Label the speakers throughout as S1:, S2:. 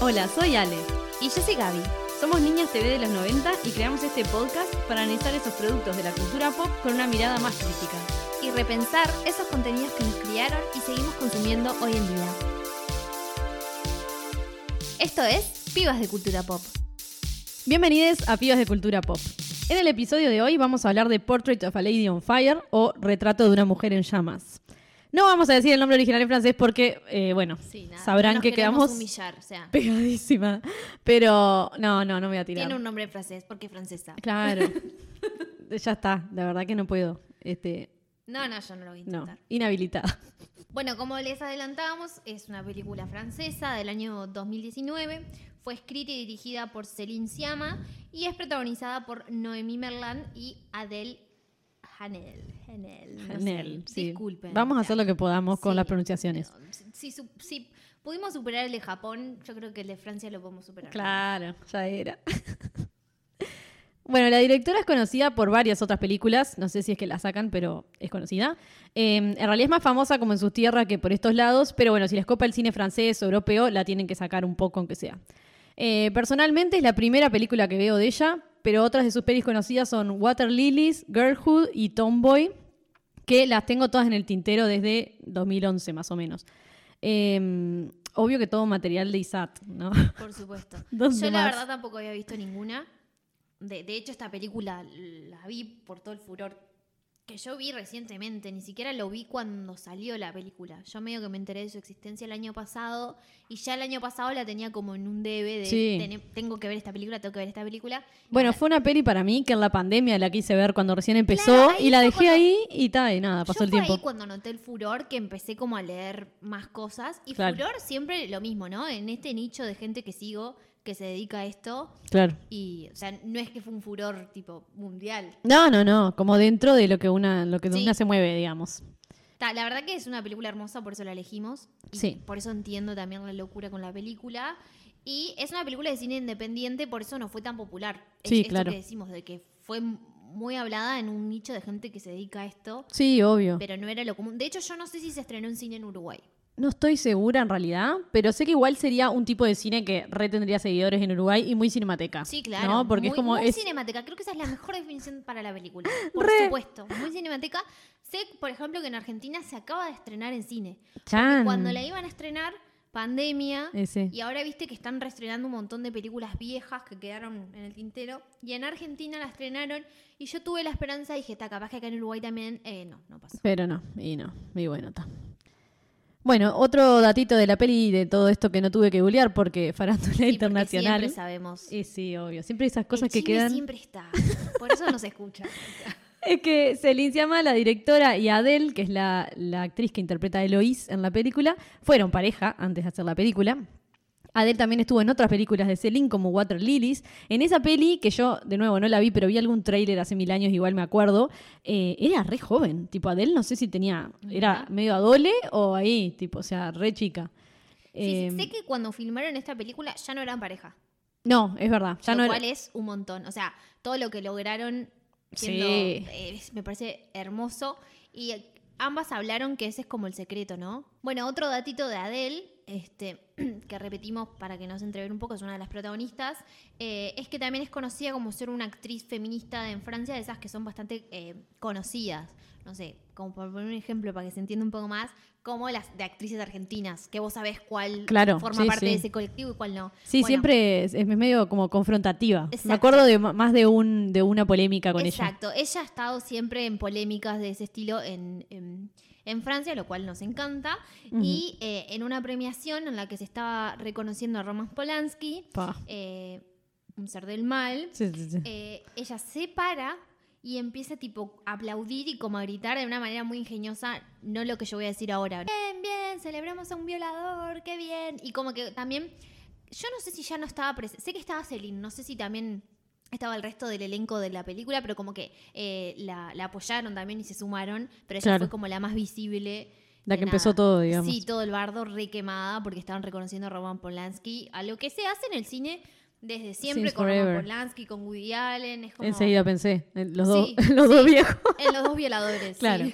S1: Hola, soy Ale. Y yo soy Gaby. Somos Niñas TV de los 90 y creamos este podcast para analizar esos productos de la cultura pop con una mirada más crítica.
S2: y repensar esos contenidos que nos criaron y seguimos consumiendo hoy en día. Esto es Pibas de Cultura Pop.
S1: Bienvenidos a Pibas de Cultura Pop. En el episodio de hoy vamos a hablar de Portrait of a Lady on Fire o Retrato de una Mujer en Llamas. No vamos a decir el nombre original en francés porque, eh, bueno, sabrán que quedamos
S2: humillar, o sea,
S1: pegadísima. Pero no, no, no voy a tirar.
S2: tiene un nombre francés porque es francesa.
S1: Claro. ya está, la verdad que no puedo. Este,
S2: No, no, yo no lo voy a
S1: no,
S2: intentar.
S1: inhabilitada.
S2: Bueno, como les adelantábamos, es una película francesa del año 2019. Fue escrita y dirigida por Céline Sciamma y es protagonizada por Noémie Merland y Adèle Hanel. Hanel, no sé.
S1: Nel, sí.
S2: Disculpen.
S1: Vamos a
S2: O sea,
S1: hacer lo que podamos con
S2: Sí,
S1: las pronunciaciones.
S2: pero mm, Si, si- si pudimos superar el de Japón, yo creo que el de Francia lo podemos superar.
S1: Claro, ya era. bueno, la directora es conocida por varias otras películas. No sé si es que la sacan, pero es conocida. Eh, en realidad es más famosa como en sus tierras que por estos lados, pero bueno, si les copa el cine francés o europeo, la tienen que sacar un poco, aunque sea. Eh, personalmente es la primera película que veo de ella, pero otras de sus pelis conocidas son Water Lilies, Girlhood y Tomboy, que las tengo todas en el tintero desde 2011 más o menos. Eh, obvio que todo material de ISAT, ¿no?
S2: Por supuesto. Yo
S1: ¿Dónde
S2: la
S1: más?
S2: verdad tampoco había visto ninguna. De, de hecho, esta película la vi por todo el furor que yo vi recientemente. Ni siquiera lo vi cuando salió la película. Yo medio que me enteré de su existencia el año pasado y ya el año pasado la tenía como en un debe de
S1: Sí.
S2: "Tené- tengo que ver esta película, tengo que ver esta película. Y
S1: Bueno,
S2: la-
S1: fue una peli para mí que en la pandemia la quise ver cuando recién empezó
S2: Claro, ahí
S1: y la
S2: fue
S1: dejé
S2: cuando-
S1: ahí y tal, y nada, Ah, pasó
S2: Yo
S1: el
S2: fue
S1: tiempo.
S2: ahí cuando noté el furor que empecé como a leer más cosas. Y
S1: Claro.
S2: furor siempre lo mismo, ¿no? En este nicho de gente que sigo que se dedica a esto.
S1: Claro.
S2: Y, o sea, no es que fue un furor tipo mundial.
S1: No, no, no, como dentro de lo que una, lo que
S2: Sí.
S1: una se mueve, digamos.
S2: Ta, la verdad que es una película hermosa, por eso la elegimos. Y
S1: Sí.
S2: Por eso entiendo también la locura con la película. Y es una película de cine independiente, por eso no fue tan popular. Es
S1: Sí,
S2: esto
S1: claro.
S2: que decimos, de que fue muy hablada en un nicho de gente que se dedica a esto,
S1: Sí, obvio.
S2: pero no era lo común. De hecho, yo no sé si se estrenó en cine en Uruguay.
S1: No estoy segura en realidad, pero sé que igual sería un tipo de cine que re tendría seguidores en Uruguay y muy cinemateca.
S2: Sí, claro.
S1: ¿no? Porque
S2: muy,
S1: es como
S2: muy
S1: es
S2: cinemateca. Creo que esa es la mejor definición para la película. Por
S1: Re.
S2: supuesto. Muy cinemateca. Sé, por ejemplo, que en Argentina se acaba de estrenar en cine.
S1: Chan. Eh,
S2: Cuando la iban a estrenar, pandemia.
S1: Ese.
S2: Y ahora viste que están reestrenando un montón de películas viejas que quedaron en el tintero. Y en Argentina la estrenaron. Y yo tuve la esperanza, dije, está capaz que acá en Uruguay también. Eh, no, no pasó.
S1: Pero no, y no, y bueno, está. Bueno, otro datito de la peli y de todo esto que no tuve que googlear porque farándula
S2: Sí, porque
S1: internacional.
S2: Siempre sabemos.
S1: Y sí, obvio. Siempre esas cosas
S2: El
S1: que
S2: chisme
S1: quedan.
S2: siempre está. Por eso nos escucha.
S1: Es que Celine Sciamma, la directora, y Adele, que es la, la actriz que interpreta a Eloís en la película, fueron pareja antes de hacer la película. Adele también estuvo en otras películas de Celine, como Water Lilies. En esa peli, que yo, de nuevo, no la vi, pero vi algún tráiler hace mil años, igual me acuerdo, eh, era re joven. Tipo, Adele no sé si tenía... Era medio adole o ahí, tipo, o sea, re chica.
S2: Sí,
S1: Eh,
S2: sí, sé que cuando filmaron esta película ya no eran pareja.
S1: No, es verdad. Ya
S2: lo
S1: no era-
S2: cual es un montón. O sea, todo lo que lograron siendo,
S1: Sí.
S2: eh, es- me parece hermoso. Y eh, ambas hablaron que ese es como el secreto, ¿no? Bueno, otro datito de Adele, este, que repetimos para que nos entreven un poco, es una de las protagonistas, eh, es que también es conocida como ser una actriz feminista en Francia, de esas que son bastante eh, conocidas. No sé, como por poner un ejemplo para que se entienda un poco más, como las de actrices argentinas, que vos sabés cuál
S1: Claro,
S2: forma
S1: sí,
S2: parte
S1: sí.
S2: de ese colectivo y cuál no.
S1: Sí,
S2: Bueno,
S1: siempre es, es medio como confrontativa.
S2: Exacto.
S1: Me acuerdo de ma- más de un de una polémica con ella.
S2: Exacto, ella ha estado siempre en polémicas de ese estilo en, en- en Francia, lo cual nos encanta. Y eh, en una premiación en la que se estaba reconociendo a Roman Polanski,
S1: Pa.
S2: eh, un ser del mal,
S1: Sí, sí, sí.
S2: eh, ella se para y empieza tipo a aplaudir y como a gritar de una manera muy ingeniosa, no lo que yo voy a decir ahora. Bien, bien, celebramos a un violador, qué bien. Y como que también, yo no sé si ya no estaba presente, sé que estaba Celine, no sé si también estaba el resto del elenco de la película, pero como que eh, la, la apoyaron también y se sumaron, pero ella
S1: Claro.
S2: fue como la más visible.
S1: La
S2: de
S1: que empezó todo, digamos.
S2: Sí, todo el bardo re quemada porque estaban reconociendo a Roman Polanski, a lo que se hace en el cine desde siempre
S1: Since
S2: con
S1: forever.
S2: Roman Polanski, con Woody Allen, es como
S1: Enseguida pensé, en los,
S2: Sí,
S1: dos, los dos viejos.
S2: en los dos violadores. sí.
S1: Claro.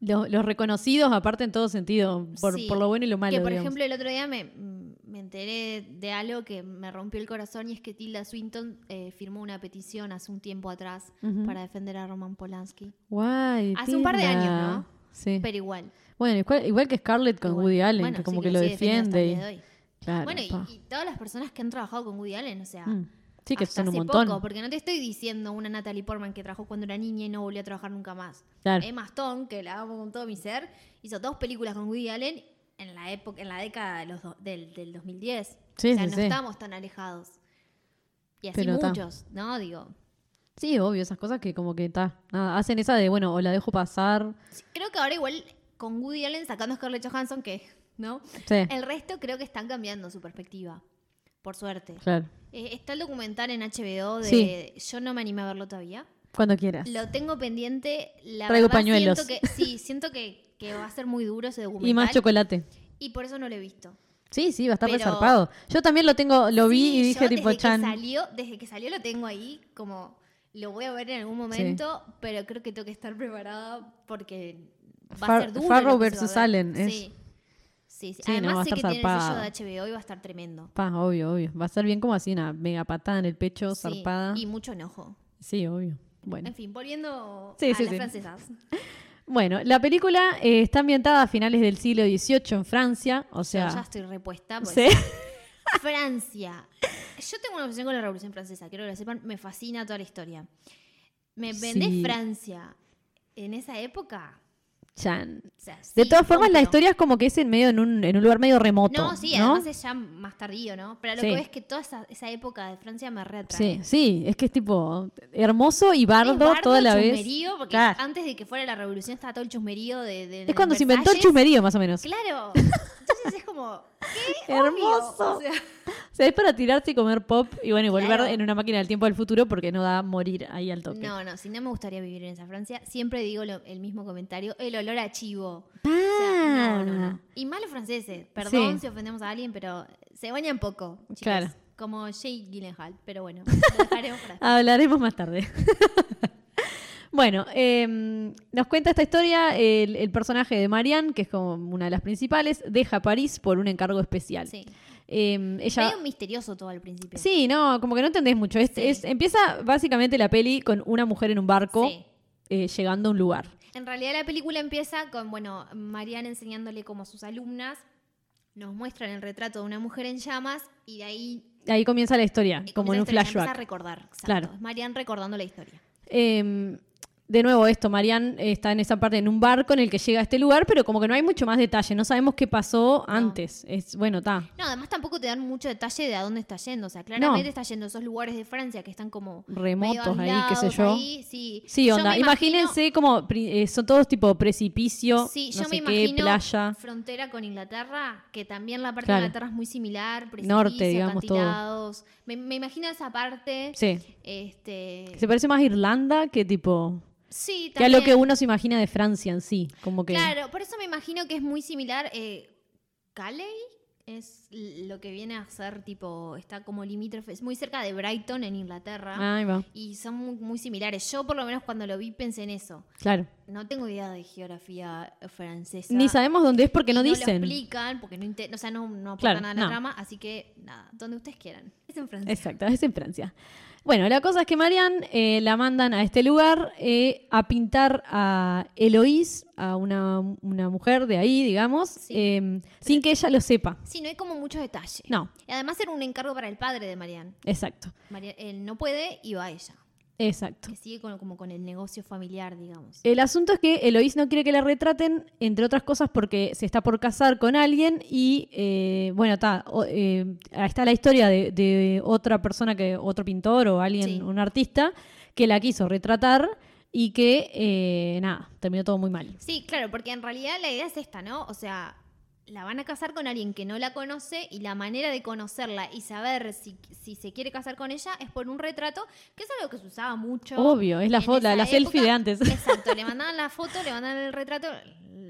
S1: Los, los reconocidos, aparte en todo sentido, por,
S2: Sí.
S1: por lo bueno y lo malo.
S2: Que por
S1: digamos.
S2: ejemplo el otro día me, mm, me enteré de algo que me rompió el corazón y es que Tilda Swinton eh, firmó una petición hace un tiempo atrás
S1: Ujú.
S2: para defender a Roman Polanski.
S1: Guay.
S2: Hace un par de
S1: Tilda.
S2: años, ¿no?
S1: Sí.
S2: Pero igual.
S1: bueno, igual, igual que Scarlett con
S2: igual.
S1: Woody Allen,
S2: Bueno,
S1: que como
S2: sí,
S1: que lo
S2: sigue defendiendo
S1: defiende.
S2: hasta
S1: y-
S2: el día de hoy.
S1: Claro,
S2: bueno, y-
S1: pa.
S2: y, todas las personas que han trabajado con Woody Allen, o sea,
S1: Mm. Sí, que
S2: hasta
S1: son un
S2: hace
S1: montón.
S2: poco, porque no te estoy diciendo una Natalie Portman que trabajó cuando era niña y no volvió a trabajar nunca más.
S1: Claro.
S2: Emma Stone, que la amo con todo mi ser, hizo dos películas con Woody Allen en la época, en la década de los do- del, del 2010.
S1: Sí,
S2: o sea,
S1: sí,
S2: no
S1: sí.
S2: estamos tan alejados. Y así
S1: Pero ta.
S2: muchos, ¿no? Digo,
S1: Sí, obvio, esas cosas que como que ta, nada, hacen esa de, bueno, o la dejo pasar.
S2: sí, creo que ahora igual con Woody Allen sacando a Scarlett Johansson, que, ¿no?
S1: Sí,
S2: El resto creo que están cambiando su perspectiva. Por suerte.
S1: claro.
S2: Eh, está el documental en HBO de
S1: Sí.
S2: Yo no me animé a verlo todavía.
S1: Cuando quieras.
S2: Lo tengo pendiente. La
S1: Traigo
S2: verdad
S1: pañuelos.
S2: Siento que, sí, siento que, que va a ser muy duro ese documental.
S1: Y más chocolate.
S2: y por eso no lo he visto.
S1: Sí, sí, va a estar
S2: Pero-
S1: resarpado. Yo también lo tengo, lo vi
S2: Sí,
S1: y
S2: yo
S1: dije tipo
S2: desde
S1: chan.
S2: Que salió, desde que salió lo tengo ahí, como lo voy a ver en algún momento, pero creo que tengo que estar preparada porque va
S1: Far-
S2: a ser duro.
S1: Farrow
S2: lo que se va a
S1: versus
S2: ver.
S1: Allen es-
S2: Sí. Sí, sí.
S1: Sí, no,
S2: Además
S1: va a
S2: sé
S1: estar
S2: que tiene
S1: zarpado.
S2: el sello de HBO y va a estar tremendo.
S1: Pa, obvio, obvio. Va a ser bien como así, una mega patada en el pecho,
S2: Sí,
S1: zarpada.
S2: Y mucho enojo.
S1: Sí, obvio. Bueno.
S2: En fin, volviendo
S1: Sí,
S2: a
S1: sí,
S2: las
S1: sí.
S2: francesas.
S1: Bueno, la película eh, está ambientada a finales del siglo XVIII en Francia, o
S2: Yo ya
S1: sea,
S2: estoy repuesta. Pues.
S1: sí,
S2: Francia. Yo tengo una obsesión con la Revolución Francesa, quiero que lo sepan, me fascina toda la historia. Me vendés
S1: Sí.
S2: Francia en esa época.
S1: chan.
S2: o sea, sí,
S1: De todas formas, la
S2: compro.
S1: historia es como que es en medio en un, en un lugar medio remoto.
S2: No, sí, además es ya más tardío, ¿no? Pero a lo
S1: Sí.
S2: que veo es que toda esa, esa época de Francia me reatrae.
S1: Sí, sí, es que es tipo hermoso y bardo,
S2: Es bardo,
S1: toda la vez.
S2: chusmerío, porque
S1: Claro.
S2: antes de que fuera la revolución estaba todo el chusmerío de, de-
S1: Es
S2: de
S1: cuando se inventó el
S2: Versalles.
S1: chusmerío, más o menos.
S2: Claro. Entonces es como, qué obvio.
S1: Hermoso.
S2: O sea,
S1: O sea, es para tirarse y comer pop y bueno, y volver
S2: Claro.
S1: en una máquina del tiempo del futuro porque no da a morir ahí al toque.
S2: No, no, si no me gustaría vivir en esa Francia, siempre digo lo- el mismo comentario, el olor a chivo. O sea, no, no, no. Y más los franceses, perdón
S1: Ah. Sí.
S2: si ofendemos a alguien, pero se bañan poco, chicos.
S1: Claro.
S2: Como Jake Gyllenhaal, pero bueno, lo dejaremos para después.
S1: Hablaremos más tarde. bueno, eh, nos cuenta esta historia el, el personaje de Marianne, que es como una de las principales, deja París por un encargo especial.
S2: Sí.
S1: Eh, ella...
S2: Medio misterioso todo al principio.
S1: Sí, no, como que no entendés mucho. Es-
S2: Sí.
S1: es- empieza básicamente la peli con una mujer en un barco
S2: Sí.
S1: eh, llegando a un lugar.
S2: En realidad la película empieza con, bueno, Mariana enseñándole como a sus alumnas, nos muestran el retrato de una mujer en llamas y de ahí...
S1: Ahí comienza la historia,
S2: eh,
S1: como
S2: comienza
S1: en
S2: la
S1: un
S2: historia, empieza a
S1: flashback.
S2: recordar. exacto.
S1: Claro.
S2: Es Marianne recordando la historia.
S1: Eh, de nuevo, esto, Marianne está en esa parte, en un barco en el que llega a este lugar, pero como que no hay mucho más detalle, no sabemos qué pasó antes. Es, bueno, está.
S2: No, además tampoco te dan mucho detalle de a dónde está yendo. O sea, claramente
S1: No.
S2: está yendo a esos lugares de Francia que están como medio
S1: Remotos ahí, qué sé
S2: aislados
S1: yo.
S2: ahí, sí.
S1: Sí,
S2: Yo
S1: onda.
S2: me
S1: Imagínense como pri- eh, son todos tipo precipicio,
S2: imagino- sí,
S1: no sé
S2: yo me
S1: qué,
S2: imagino
S1: playa.
S2: frontera con Inglaterra, que también la parte
S1: Claro.
S2: de Inglaterra es muy similar, precipicio,
S1: Norte, digamos, todo.
S2: acantilados. Me, me imagino esa parte.
S1: Sí.
S2: Este,
S1: Se parece más a Irlanda que tipo.
S2: sí,
S1: Que a lo que
S2: también.
S1: uno se imagina de Francia en sí. Como que.
S2: Claro, por eso me imagino que es muy similar. Eh, Calais es lo que viene a ser tipo, está como limítrofe, es muy cerca de Brighton en Inglaterra.
S1: Ahí va.
S2: y son muy, muy similares. Yo por lo menos cuando lo vi pensé en eso.
S1: Claro.
S2: No tengo idea de geografía eh, francesa.
S1: Ni sabemos dónde es porque
S2: Y
S1: no
S2: No
S1: dicen.
S2: lo explican porque no, inte- o sea, no, no aportan
S1: Claro,
S2: nada a la
S1: no.
S2: trama, así que nada, donde ustedes quieran. Es en Francia.
S1: Exacto, es en Francia. Bueno, la cosa es que Marianne eh, la mandan a este lugar eh, a pintar a Eloís, a una, una mujer de ahí, digamos,
S2: Sí.
S1: eh, sin que ella lo sepa.
S2: Sí, no hay como mucho detalle.
S1: No,
S2: Y además era un encargo para el padre de Marianne.
S1: exacto,
S2: Marian- él no puede y va ella,
S1: exacto.
S2: que sigue con, como con el negocio familiar, digamos.
S1: El asunto es que Eloís no quiere que la retraten, entre otras cosas porque se está por casar con alguien y, eh, bueno, está, o- eh, está la historia de, de otra persona, que otro pintor o alguien,
S2: Sí.
S1: un artista, que la quiso retratar y que, eh, nada, terminó todo muy mal.
S2: Sí, claro, porque en realidad la idea es esta, ¿no? O sea, la van a casar con alguien que no la conoce y la manera de conocerla y saber si, si se quiere casar con ella es por un retrato, que es algo que se usaba mucho.
S1: Obvio, es la
S2: en
S1: foto, la,
S2: esa
S1: la selfie
S2: época.
S1: de antes.
S2: Exacto, le mandaban la foto, le mandaban el retrato,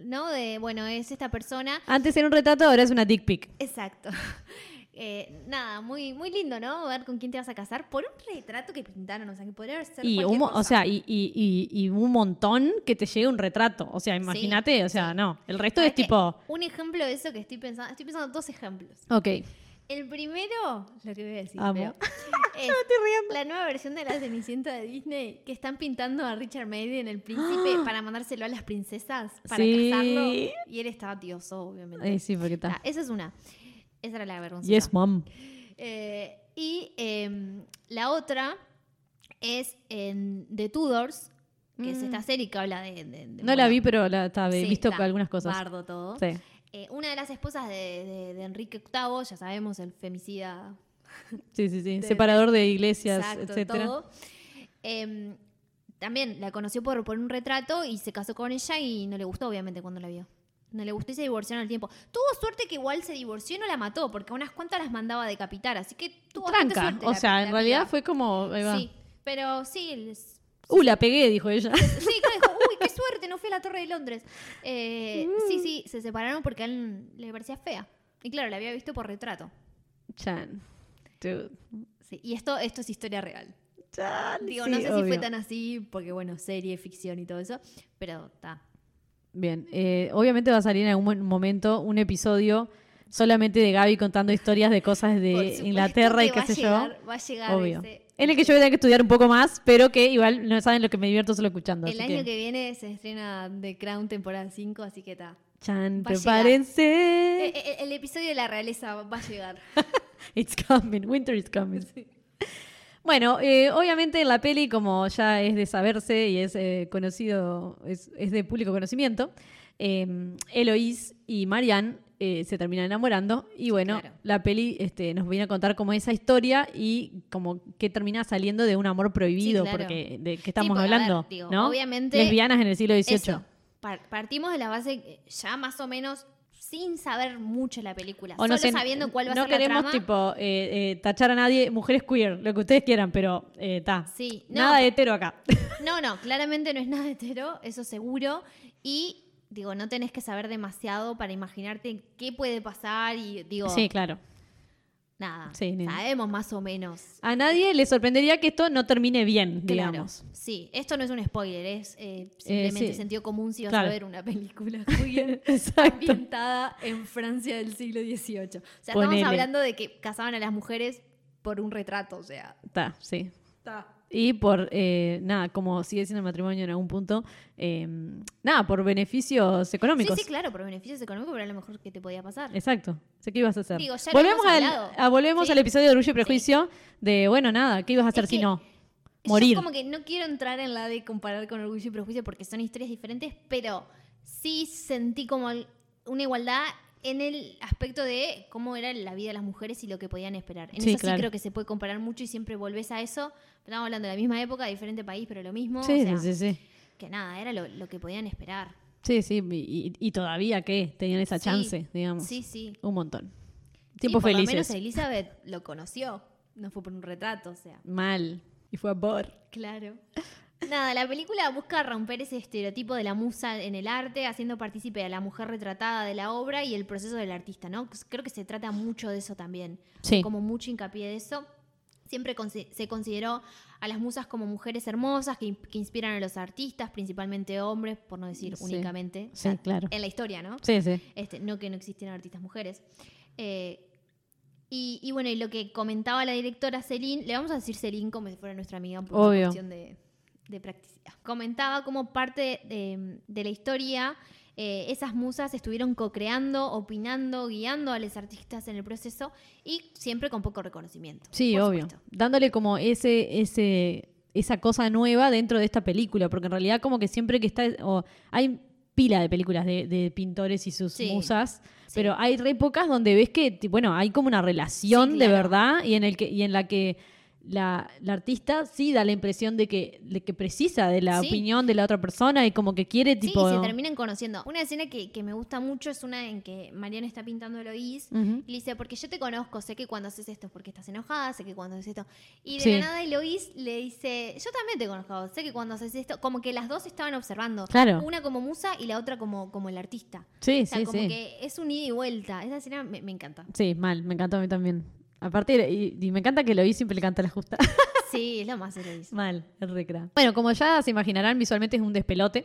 S2: ¿no? De, bueno, es esta persona.
S1: antes era un retrato, ahora es una dick pic.
S2: Exacto. Eh, nada, muy, muy lindo, ¿no? Ver con quién te vas a casar por un retrato que pintaron, o sea, que podría ser.
S1: Y un,
S2: cualquier
S1: mo- o
S2: cosa.
S1: sea, y, y- y- y un montón que te llegue un retrato. O sea, imagínate, o sea, no. El resto
S2: ¿Sabes
S1: es
S2: qué?
S1: tipo,
S2: Un ejemplo de eso que estoy pensando, estoy pensando dos ejemplos.
S1: ok,
S2: El primero, lo que voy a decir,
S1: Amo.
S2: pero- es
S1: riendo.
S2: la nueva versión de la Cenicienta de Disney que están pintando a Richard Maiden, el príncipe, para mandárselo a las princesas para
S1: Sí.
S2: casarlo. Y él estaba tioso, obviamente.
S1: Eh, sí, porque
S2: Ah,
S1: está.
S2: esa es una. Esa era la vergüenza.
S1: Yes, mom.
S2: Eh, y em, la otra es en The Tudors, que es
S1: Mm.
S2: esta serie que habla de... de- de-
S1: No la
S2: bueno,
S1: vi, pero la estaba- he
S2: sí,
S1: visto
S2: está
S1: algunas cosas.
S2: Bardo todo.
S1: Sí.
S2: Eh, una de las esposas de, de- de Enrique VIII, ya sabemos, el femicida
S1: Sí, sí, sí.
S2: De-
S1: Separador de iglesias,
S2: Exacto,
S1: etcétera.
S2: todo. Em, también la conoció por, por un retrato y se casó con ella y no le gustó, obviamente, cuando la vio. No le gustó y se divorciaron al tiempo. Tuvo suerte que igual se divorció y no la mató, porque a unas cuantas las mandaba a decapitar, así que tuvo bastante
S1: Tranca.
S2: suerte
S1: O
S2: la-
S1: sea,
S2: la
S1: en realidad
S2: piba.
S1: fue como. ahí va.
S2: Sí, pero sí, les-
S1: Uh, la pegué, dijo ella.
S2: Sí, claro, dijo, uy, qué suerte, no fui a la Torre de Londres. Eh,
S1: Mm.
S2: Sí, sí, se separaron porque a él le parecía fea. Y claro, la había visto por retrato.
S1: Chan. Dude.
S2: Sí, y esto, esto es historia real.
S1: Chan.
S2: Ah, Digo,
S1: sí,
S2: no sé si fue
S1: obvio.
S2: tan así, porque bueno, serie, ficción y todo eso, pero está.
S1: Bien, eh, obviamente va a salir en algún mo- momento un episodio solamente de Gaby contando historias de cosas
S2: Por
S1: de
S2: supuesto
S1: Inglaterra y
S2: que
S1: qué
S2: va a
S1: sé yo.
S2: llegar- Va a llegar
S1: Obvio.
S2: ese-
S1: En el que yo voy a tener que estudiar un poco más, pero que igual no saben lo que me divierto solo escuchando.
S2: el
S1: así
S2: año que viene se estrena The Crown temporada 5, así que está.
S1: Chan,
S2: va a llegar.
S1: prepárense.
S2: Eh, eh, El, episodio de la realeza va- va a llegar.
S1: It's coming, winter is coming. Bueno, eh, obviamente la peli, como ya es de saberse y es eh, conocido, es, es de público conocimiento, eh, Eloís y Marianne eh, se terminan enamorando y bueno,
S2: Claro.
S1: la peli este, nos viene a contar como esa historia y como que termina saliendo de un amor prohibido,
S2: Sí, claro.
S1: porque de qué estamos
S2: porque, a ver,
S1: hablando,
S2: digo,
S1: ¿no?
S2: obviamente-
S1: Lesbianas en el siglo XVIII.
S2: Eso. Par- partimos de la base que ya más o menos sin saber mucho la película,
S1: O no
S2: solo
S1: sé,
S2: sabiendo cuál va
S1: no
S2: a ser la
S1: queremos,
S2: trama.
S1: tipo, eh, eh, tachar a nadie, mujeres queer, lo que ustedes quieran, pero eh, está.
S2: Sí, no,
S1: Nada de hetero acá.
S2: No, no, claramente no es nada hetero, eso seguro. Y digo, no tenés que saber demasiado para imaginarte qué puede pasar y digo,
S1: Sí, claro.
S2: nada,
S1: Sí, nena.
S2: sabemos más o menos.
S1: A nadie le sorprendería que esto no termine bien,
S2: Claro,
S1: digamos.
S2: sí, esto no es un spoiler, es eh, simplemente
S1: sí.
S2: sentido común si vas
S1: Claro.
S2: a ver una película queer
S1: Exacto.
S2: ambientada en Francia del siglo XVIII. O sea,
S1: Ponele.
S2: estamos hablando de que casaban a las mujeres por un retrato, o sea,
S1: Está, sí.
S2: está.
S1: Y por, eh, nada, como sigue siendo matrimonio en algún punto, eh, nada, por beneficios
S2: Sí,
S1: económicos.
S2: sí, claro, por beneficios económicos, pero era lo mejor que te podía pasar.
S1: Exacto. Sé qué ibas a hacer.
S2: Digo, ya lo
S1: volvemos
S2: hemos
S1: al,
S2: hablado.
S1: a- volvemos
S2: Sí.
S1: al episodio de Orgullo y Prejuicio de, bueno, nada, ¿qué ibas a hacer
S2: Es
S1: si
S2: que
S1: no?
S2: Yo
S1: Morir.
S2: como que no quiero entrar en la de comparar con Orgullo y Prejuicio porque son historias diferentes, pero sí sentí como al- una igualdad en el aspecto de cómo era la vida de las mujeres y lo que podían esperar. En
S1: Sí,
S2: eso
S1: claro.
S2: sí creo que se puede comparar mucho y siempre volvés a eso. Estamos hablando de la misma época, diferente país, pero lo mismo.
S1: Sí,
S2: o sea,
S1: sí, sí.
S2: Que nada, era lo, lo que podían esperar.
S1: Sí, sí, y, y- y todavía que tenían esa
S2: Sí,
S1: chance, digamos.
S2: Sí, sí.
S1: Un montón.
S2: Sí,
S1: Tiempos
S2: por lo
S1: felices.
S2: menos Elizabeth lo conoció. No fue por un retrato, o sea.
S1: Mal. Y fue a por.
S2: Claro. Nada, la película busca romper ese estereotipo de la musa en el arte, haciendo partícipe a la mujer retratada de la obra y el proceso del artista, ¿no? Pues Creo que se trata mucho de eso también.
S1: Sí.
S2: Como mucho hincapié de eso. Siempre consi- se consideró a las musas como mujeres hermosas que, in- que inspiran a los artistas, principalmente hombres, por no decir
S1: Sí.
S2: únicamente.
S1: Sí, claro.
S2: En la historia, ¿no?
S1: Sí, sí.
S2: Este, no que no existieran artistas mujeres. Eh, y, y bueno, y lo que comentaba la directora Celine, le vamos a decir Celine como si fuera nuestra amiga por una
S1: Obvio.
S2: cuestión de, de practicidad. Comentaba como parte de, de la historia, eh, esas musas estuvieron co-creando, opinando, guiando a los artistas en el proceso y siempre con poco reconocimiento.
S1: Sí,
S2: por
S1: obvio.
S2: supuesto.
S1: Dándole como ese, ese, esa cosa nueva dentro de esta película, porque en realidad como que siempre que está, o hay pila de películas de, de pintores y sus
S2: Sí,
S1: musas,
S2: sí.
S1: pero hay re pocas donde ves que, ti- bueno, hay como una relación
S2: Sí,
S1: de
S2: claro.
S1: verdad y en el que y en la que la, la artista sí da la impresión de que, de que precisa de la
S2: Sí.
S1: opinión de la otra persona y como que quiere tipo...
S2: Sí, y se terminan conociendo. Una escena que, que me gusta mucho es una en que Mariana está pintando a Lois
S1: Ujú.
S2: y le dice, porque yo te conozco, sé que cuando haces esto es porque estás enojada, sé que cuando haces esto. Y de
S1: Sí.
S2: la nada Lois le dice, yo también te conozco, sé que cuando haces esto, como que las dos estaban observando.
S1: Claro.
S2: Una como musa y la otra como, como el artista.
S1: Sí,
S2: O sea,
S1: sí,
S2: como
S1: sí.
S2: que es un ida y vuelta. Esa escena me, me encanta.
S1: Sí, mal, me encantó a mí también. Aparte, y, y me encanta que lo vi siempre le canta la justa.
S2: Sí, es lo más de Lois.
S1: Mal, el recra. Bueno, como ya se imaginarán, visualmente es un despelote.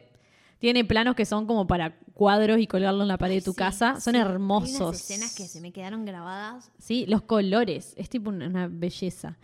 S1: Tiene planos que son como para cuadros y colgarlos en la pared de tu
S2: Sí,
S1: casa. Son
S2: sí.
S1: hermosos.
S2: Hay unas escenas que se me quedaron grabadas.
S1: Sí, los colores. Es tipo una, una belleza.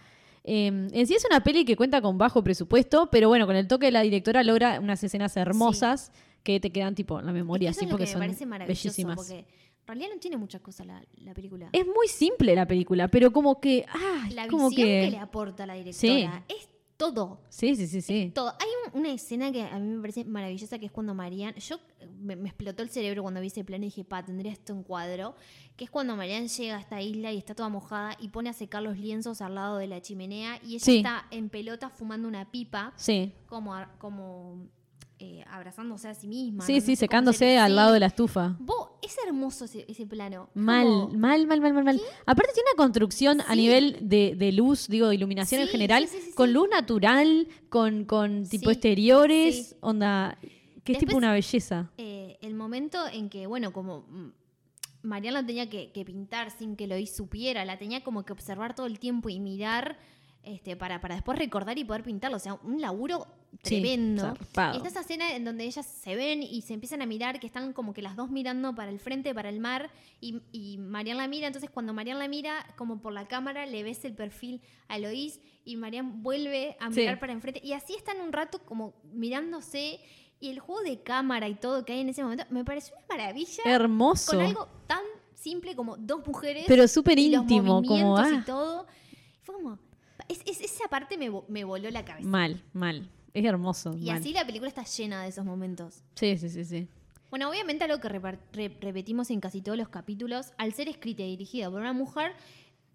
S1: Eh, en sí es una peli que cuenta con bajo presupuesto, pero bueno, con el toque de la directora logra unas escenas hermosas que te quedan tipo en la memoria,
S2: Es que
S1: así
S2: eso
S1: porque
S2: es
S1: son
S2: lo que me parece maravilloso,
S1: bellísimas.
S2: porque en realidad no tiene muchas cosas la, la película.
S1: Es muy simple la película, pero como que. Ah,
S2: la
S1: como
S2: visión
S1: que...
S2: que... le aporta la directora es todo.
S1: Sí, sí, sí, sí.
S2: Todo. Hay un- una escena que a mí me parece maravillosa, que es cuando Marianne, yo eh, me, me explotó el cerebro cuando vi ese plano y dije, pa, tendría esto en cuadro, que es cuando Marianne llega a esta isla y está toda mojada y pone a secar los lienzos al lado de la chimenea y ella
S1: Sí.
S2: está en pelota fumando una pipa,
S1: Sí.
S2: como, a- como eh, abrazándose a sí misma.
S1: Sí,
S2: ¿no? No
S1: sí,
S2: sé cómo
S1: secándose
S2: se le-
S1: al lado
S2: sí.
S1: de la estufa.
S2: Vos, es hermoso ese, ese plano. Es
S1: Mal,
S2: como-
S1: mal, mal, mal, mal, mal. Aparte tiene una construcción a
S2: Sí.
S1: nivel de, de luz, digo, de iluminación en
S2: Sí,
S1: general,
S2: sí, sí, sí,
S1: con
S2: sí.
S1: luz natural, con, con tipo
S2: Sí,
S1: exteriores,
S2: sí.
S1: onda, que es tipo
S2: Después-
S1: una belleza.
S2: eh, el momento en que, bueno, como mm, Mariana lo tenía que, que pintar sin que Lois supiera, la tenía como que observar todo el tiempo y mirar este, para, para después recordar y poder pintarlo. O sea, un laburo
S1: Sí,
S2: tremendo.
S1: zarpado.
S2: y está esa escena en donde ellas se ven y se empiezan a mirar, que están como que las dos mirando para el frente, para el mar, y, y Marian la mira. Entonces, cuando Marian la mira, como por la cámara, le ves el perfil a Lois y Marian vuelve a
S1: Sí.
S2: mirar para enfrente. Y así están un rato como mirándose. Y el juego de cámara y todo que hay en ese momento me pareció una maravilla.
S1: Hermoso.
S2: Con algo tan simple como dos mujeres.
S1: Pero súper
S2: y los
S1: íntimo, como,
S2: movimientos
S1: ah.
S2: Y todo. Fue como. es- es- esa parte me, vo- me voló la cabeza.
S1: Mal, mal. Es hermoso.
S2: y
S1: mal.
S2: así la película está llena de esos momentos.
S1: Sí, sí, sí, sí.
S2: Bueno, obviamente algo que repar- re- repetimos en casi todos los capítulos, al ser escrita y dirigida por una mujer,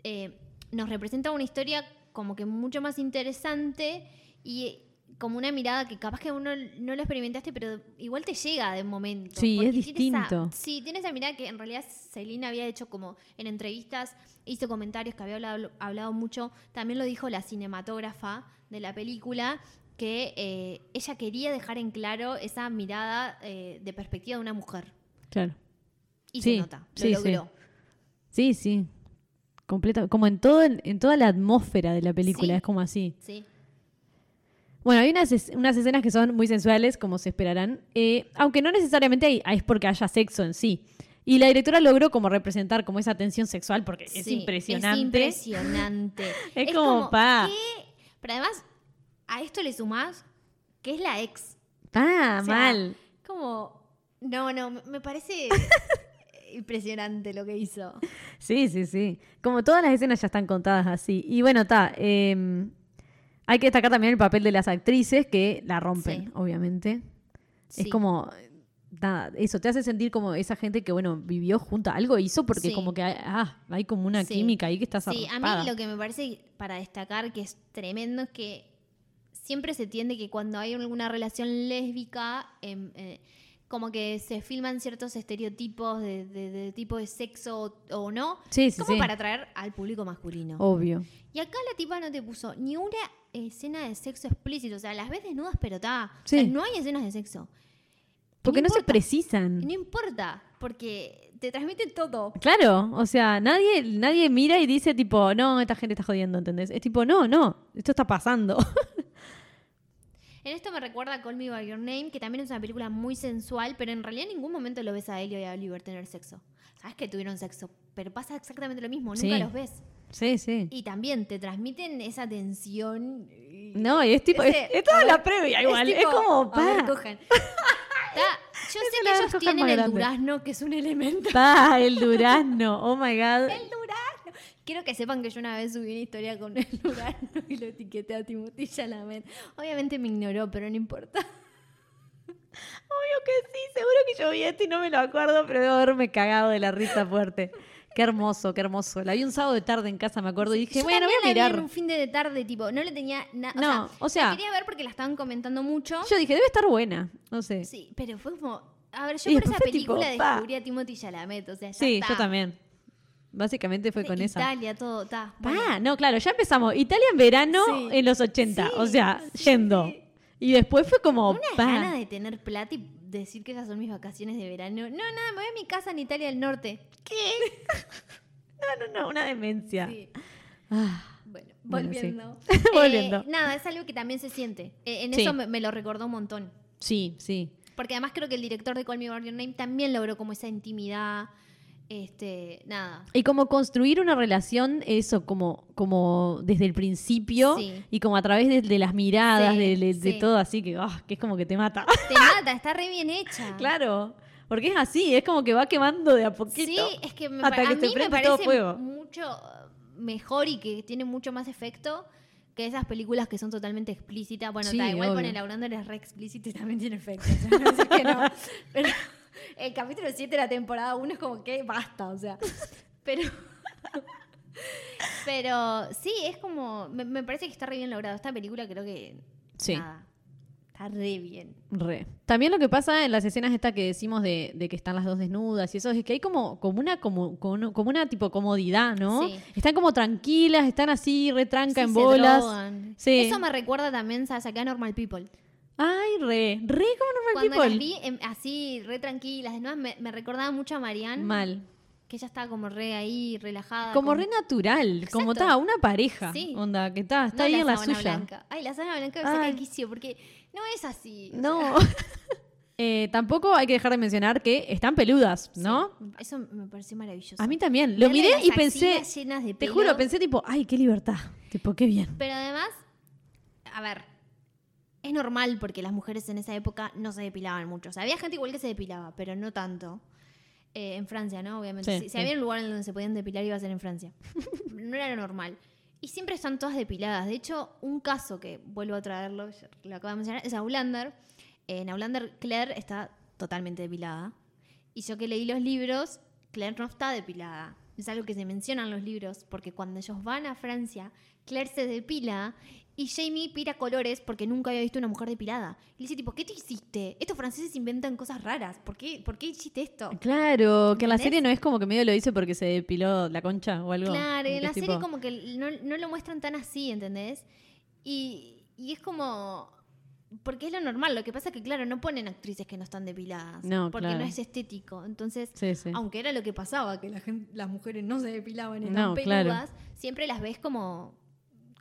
S2: eh, nos representa una historia como que mucho más interesante y eh, como una mirada que capaz que uno no lo experimentaste, pero igual te llega de momento.
S1: Sí,
S2: porque
S1: es
S2: tiene esa-
S1: distinto.
S2: sí, tiene esa mirada que en realidad Celina había hecho como en entrevistas, hizo comentarios que había hablado, hablado mucho, también lo dijo la cinematógrafa de la película, que eh, ella quería dejar en claro esa mirada eh, de perspectiva de una mujer.
S1: Claro.
S2: Y
S1: Sí,
S2: se nota, lo
S1: sí, sí.
S2: logró.
S1: Sí, sí. Completa, como en todo, en toda la atmósfera de la película,
S2: Sí.
S1: es como así.
S2: Sí.
S1: Bueno, hay unas, es- unas escenas que son muy sensuales, como se esperarán, eh, aunque no necesariamente hay- es porque haya sexo en sí. Y la directora logró como representar como esa tensión sexual porque es
S2: Sí,
S1: impresionante.
S2: Es impresionante.
S1: Es como, pa.
S2: ¿qué? Pero además, a esto le sumás que es la ex.
S1: ah,
S2: O sea,
S1: mal.
S2: Como, no, no, me- me parece impresionante lo que hizo.
S1: Sí, sí, sí. Como todas las escenas ya están contadas así. Y bueno, está. eh, hay que destacar también el papel de las actrices que la rompen,
S2: Sí.
S1: obviamente.
S2: Sí.
S1: Es como. nada, eso te hace sentir como esa gente que, bueno, vivió junta, algo hizo porque
S2: Sí.
S1: como que hay, ah, hay como una
S2: Sí.
S1: química ahí que está
S2: Sí,
S1: zarpada.
S2: a mí lo que me parece para destacar que es tremendo es que siempre se tiende que cuando hay alguna relación lésbica, em, eh, como que se filman ciertos estereotipos de, de- de tipo de sexo o, o no,
S1: Sí, sí,
S2: como
S1: sí. Oh.
S2: para atraer al público masculino.
S1: Obvio.
S2: Y acá la tipa no te puso ni una escena de sexo explícito, o sea, las ves desnudas, pero está. O sea,
S1: Sí.
S2: no hay escenas de sexo.
S1: Porque no, se
S2: importa.
S1: precisan.
S2: No importa, porque te transmiten todo.
S1: Claro, o sea, nadie, nadie mira y dice tipo, no, esta gente está jodiendo, ¿entendés? Es tipo, no, no, esto está pasando.
S2: En esto me recuerda a Call Me By Your Name, que también es una película muy sensual, pero en realidad en ningún momento lo ves a Elio y a Oliver tener sexo. Sabes que tuvieron sexo, pero pasa exactamente lo mismo, nunca
S1: Sí.
S2: los ves.
S1: sí, sí.
S2: Y también te transmiten esa tensión. y-
S1: No, y es tipo,
S2: Ese-
S1: es, es toda
S2: a
S1: la
S2: ver,
S1: previa igual, es,
S2: tipo,
S1: como,
S2: a ver,
S1: pa,
S2: cojan. Está- yo sé
S1: la
S2: que ellos
S1: cojan
S2: tienen
S1: más
S2: el
S1: grande.
S2: durazno, que es un elemento.
S1: pa, el durazno, oh my god.
S2: ¡El durazno! Quiero que sepan que yo una vez subí una historia con el durazno y lo etiqueté a Timothy Chalamet. Obviamente me ignoró, pero no importa.
S1: Obvio que sí, seguro que yo vi esto y no me lo acuerdo, pero debo haberme cagado de la risa fuerte. Qué hermoso, qué hermoso. La vi un sábado de tarde en casa, me acuerdo, y dije,
S2: Yo
S1: bueno, voy
S2: también
S1: a
S2: la vi en
S1: mirar.
S2: un fin de tarde, tipo, no le tenía nada.
S1: No, o sea-
S2: o sea, la quería ver porque la estaban comentando mucho.
S1: Yo dije, debe estar buena, no sé. Sí,
S2: sí, pero fue como. A ver, yo
S1: Y
S2: por
S1: después
S2: esa
S1: fue tipo,
S2: película
S1: pa.
S2: descubrí a Timothy Chalamet, o sea, ya está.
S1: yo también. Básicamente fue con esa.
S2: Italia, todo, está.
S1: Ah, no, claro, ya empezamos. Italia en verano
S2: Sí.
S1: en los 80, o
S2: Sí,
S1: sea,
S2: sí,
S1: yendo.
S2: sí.
S1: Y después fue como,
S2: Una
S1: pa.
S2: gana de tener plata y decir que esas son mis vacaciones de verano. No, nada, me voy a mi casa en Italia del Norte. ¿Qué?
S1: No, no, no, una demencia.
S2: Sí.
S1: Ah,
S2: Bueno,
S1: Bueno,
S2: volviendo.
S1: sí.
S2: Eh,
S1: Volviendo.
S2: nada, es algo que también se siente. Eh, en
S1: Sí.
S2: eso me, me lo recordó un montón.
S1: sí, sí.
S2: Porque además creo que el director de Call Me By Your Name también logró como esa intimidad. Este, nada.
S1: Y como construir una relación, eso, como, como desde el principio
S2: Sí.
S1: y como a través de, de las miradas,
S2: Sí,
S1: de, de- de
S2: sí.
S1: todo así, que, ah, que es como que te mata.
S2: Te mata, está re bien hecha.
S1: claro, porque es así, es como que va quemando de a poquito.
S2: Sí, es que me,
S1: hasta
S2: pa- a
S1: que te
S2: mí me
S1: prende todo
S2: parece
S1: fuego.
S2: mucho eh, mejor y que tiene mucho más efecto que esas películas que son totalmente explícitas. Bueno,
S1: Sí,
S2: está igual con
S1: obvio.
S2: el Laurando es re explícito y también tiene efecto. o sea, no sé que no. Pero el capítulo 7 de la temporada 1 es como que basta, o sea. Pero. Pero sí, es como. Me, me parece que está re bien logrado. Esta película creo que.
S1: Sí.
S2: nada, está re bien.
S1: Re. También lo que pasa en las escenas esta que decimos de, de que están las dos desnudas y eso es que hay como, como una como, como, como una tipo comodidad, ¿no?
S2: Sí.
S1: Están como tranquilas, están así, retranca
S2: Sí,
S1: en
S2: se
S1: bolas.
S2: drogan.
S1: Sí.
S2: Eso me recuerda también ¿sabes? acá a Normal People.
S1: Ay, re, re como
S2: Cuando
S1: normal people.
S2: las vi em, así, re tranquilas, de nuevo, me, me recordaba mucho a Marianne.
S1: Mal.
S2: Que ella estaba como re ahí, relajada.
S1: Como
S2: con-
S1: re natural, como
S2: Ah, Exacto.
S1: está, una pareja.
S2: Sí.
S1: Onda, que está, está
S2: no
S1: ahí en la
S2: sábana
S1: suya.
S2: Blanca. Ay, la sábana blanca me saca
S1: Ay.
S2: el quicio, porque no es así.
S1: No. Eh, tampoco hay que dejar de mencionar que están peludas, ¿no?
S2: Sí, eso me pareció maravilloso.
S1: A mí también. Lo
S2: Verle
S1: miré
S2: las
S1: y pensé,
S2: axilas llenas de
S1: te
S2: pelo.
S1: juro, pensé tipo, ay, qué libertad. Tipo, qué bien.
S2: Pero además, a ver, es normal porque las mujeres en esa época no se depilaban mucho. O sea, había gente igual que se depilaba, pero no tanto. Eh, en Francia, ¿no? Obviamente.
S1: Sí,
S2: si, si
S1: sí.
S2: había un lugar en donde se podían depilar, iba a ser en Francia. no era lo normal. Y siempre están todas depiladas. De hecho, un caso que vuelvo a traerlo, ya lo acabo de mencionar, es Aulander. En Aulander, Claire está totalmente depilada. Y yo que leí los libros, Claire no está depilada. Es algo que se menciona en los libros, porque cuando ellos van a Francia, Claire se depila y Jamie pira colores porque nunca había visto una mujer depilada. Y le dice, tipo, ¿qué te hiciste? Estos franceses inventan cosas raras. ¿Por qué, ¿Por qué hiciste esto?
S1: Claro, que en la
S2: ¿Entendés?
S1: serie no es como que medio lo hizo porque se depiló la concha o algo. Como
S2: Claro, en
S1: que
S2: la
S1: es
S2: serie
S1: tipo-
S2: como que no, no lo muestran tan así, ¿entendés? Y, y es como... Porque es lo normal, lo que pasa es que, claro, no ponen actrices que no están depiladas,
S1: No,
S2: porque
S1: claro.
S2: no es estético. Entonces,
S1: Sí, sí.
S2: aunque era lo que pasaba, que la gen- las mujeres no se depilaban y
S1: No,
S2: no,
S1: claro.
S2: siempre las ves como,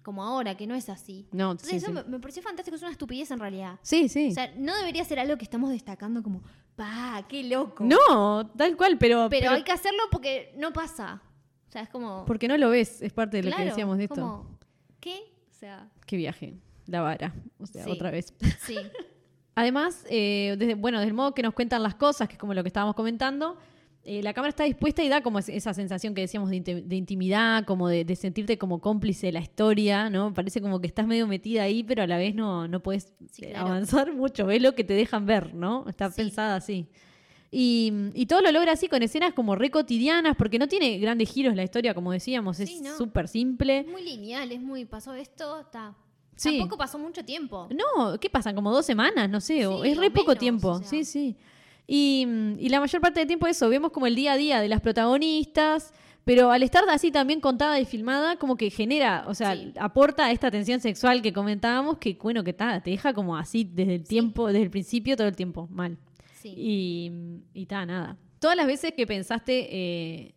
S2: como ahora, que no es así.
S1: No,
S2: Entonces
S1: sí,
S2: eso
S1: sí.
S2: Me, me pareció fantástico, es una estupidez en realidad.
S1: Sí, sí.
S2: O sea, no debería ser algo que estamos destacando como, pa, qué loco.
S1: no, tal cual, pero,
S2: pero,
S1: pero-
S2: hay que hacerlo porque no pasa. O sea, es como...
S1: porque no lo ves, es parte de lo que
S2: claro,
S1: decíamos de esto.
S2: como, ¿Qué? O sea,
S1: Qué viaje, la vara, o sea,
S2: Sí.
S1: otra vez.
S2: sí.
S1: Además, eh, desde, bueno, del modo que nos cuentan las cosas, que es como lo que estábamos comentando, eh, la cámara está dispuesta y da como es- esa sensación que decíamos de, inte- de intimidad, como de, de sentirte como cómplice de la historia, ¿no? Parece como que estás medio metida ahí, pero a la vez no, no puedes
S2: Sí,
S1: eh,
S2: claro.
S1: avanzar mucho. Es lo que te dejan ver, ¿no? Está
S2: Sí.
S1: pensada así. Y, y todo lo logra así con escenas como re cotidianas, porque no tiene grandes giros la historia, como decíamos, es
S2: Sí, no.
S1: súper simple.
S2: Es muy lineal, es muy, pasó esto, está.
S1: Sí.
S2: Tampoco pasó mucho tiempo.
S1: No, ¿qué pasan? Como dos semanas, no sé, o-
S2: Sí,
S1: es re
S2: o
S1: poco
S2: menos,
S1: tiempo.
S2: o sea.
S1: Sí, sí. Y, mm, y la mayor parte del tiempo eso, vemos como el día a día de las protagonistas, pero al estar así también contada y filmada, como que genera, o sea,
S2: Sí.
S1: aporta esta tensión sexual que comentábamos, que bueno, que ta, te deja como así desde el tiempo, desde el principio todo el tiempo, mal.
S2: Sí.
S1: Y, y ta, nada. Todas las veces que pensaste, eh,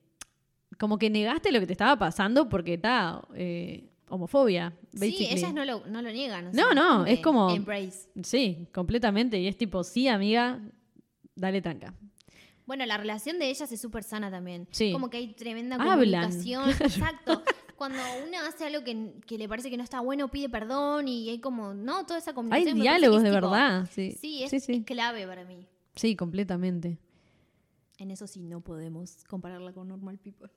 S1: como que negaste lo que te estaba pasando porque ta, eh, homofobia.
S2: sí,
S1: basically.
S2: ellas no lo, no lo niegan. o
S1: No,
S2: sea,
S1: no, es
S2: que
S1: como-
S2: Embrace.
S1: Sí, completamente. Y es tipo, sí, amiga, dale tranca.
S2: Bueno, la relación de ellas es súper sana también.
S1: Sí.
S2: Como que hay tremenda
S1: Hablan,
S2: comunicación. Exacto. Cuando una hace algo que, que le parece que no está bueno, pide perdón y hay como, no, toda esa
S1: Hay
S2: comunicación. me parece
S1: diálogos
S2: que
S1: de
S2: es tipo-
S1: verdad. Sí,
S2: Sí, es,
S1: sí, sí.
S2: es clave para mí.
S1: Sí, completamente.
S2: En eso sí no podemos compararla con Normal People.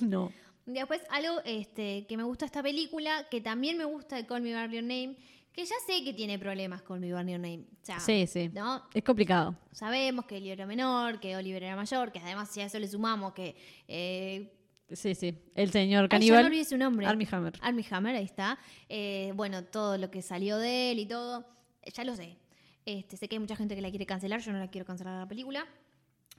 S1: No.
S2: Después, algo este, que me gusta esta película, que también me gusta de Call Me By Your Name, que ya sé que tiene problemas con Me By Your Name. O sea,
S1: Sí, sí.
S2: ¿no?
S1: Es complicado.
S2: Sabemos que Leo era menor, que Oliver era mayor, que además si a eso le sumamos que... Eh,
S1: Sí, sí. El señor
S2: ay, yo no
S1: caníbal.
S2: olvidé su nombre.
S1: Armie Hammer.
S2: Armie Hammer, ahí está. Eh, bueno, todo lo que salió de él y todo, eh, ya lo sé. Este, sé que hay mucha gente que la quiere cancelar, yo no la quiero cancelar la película.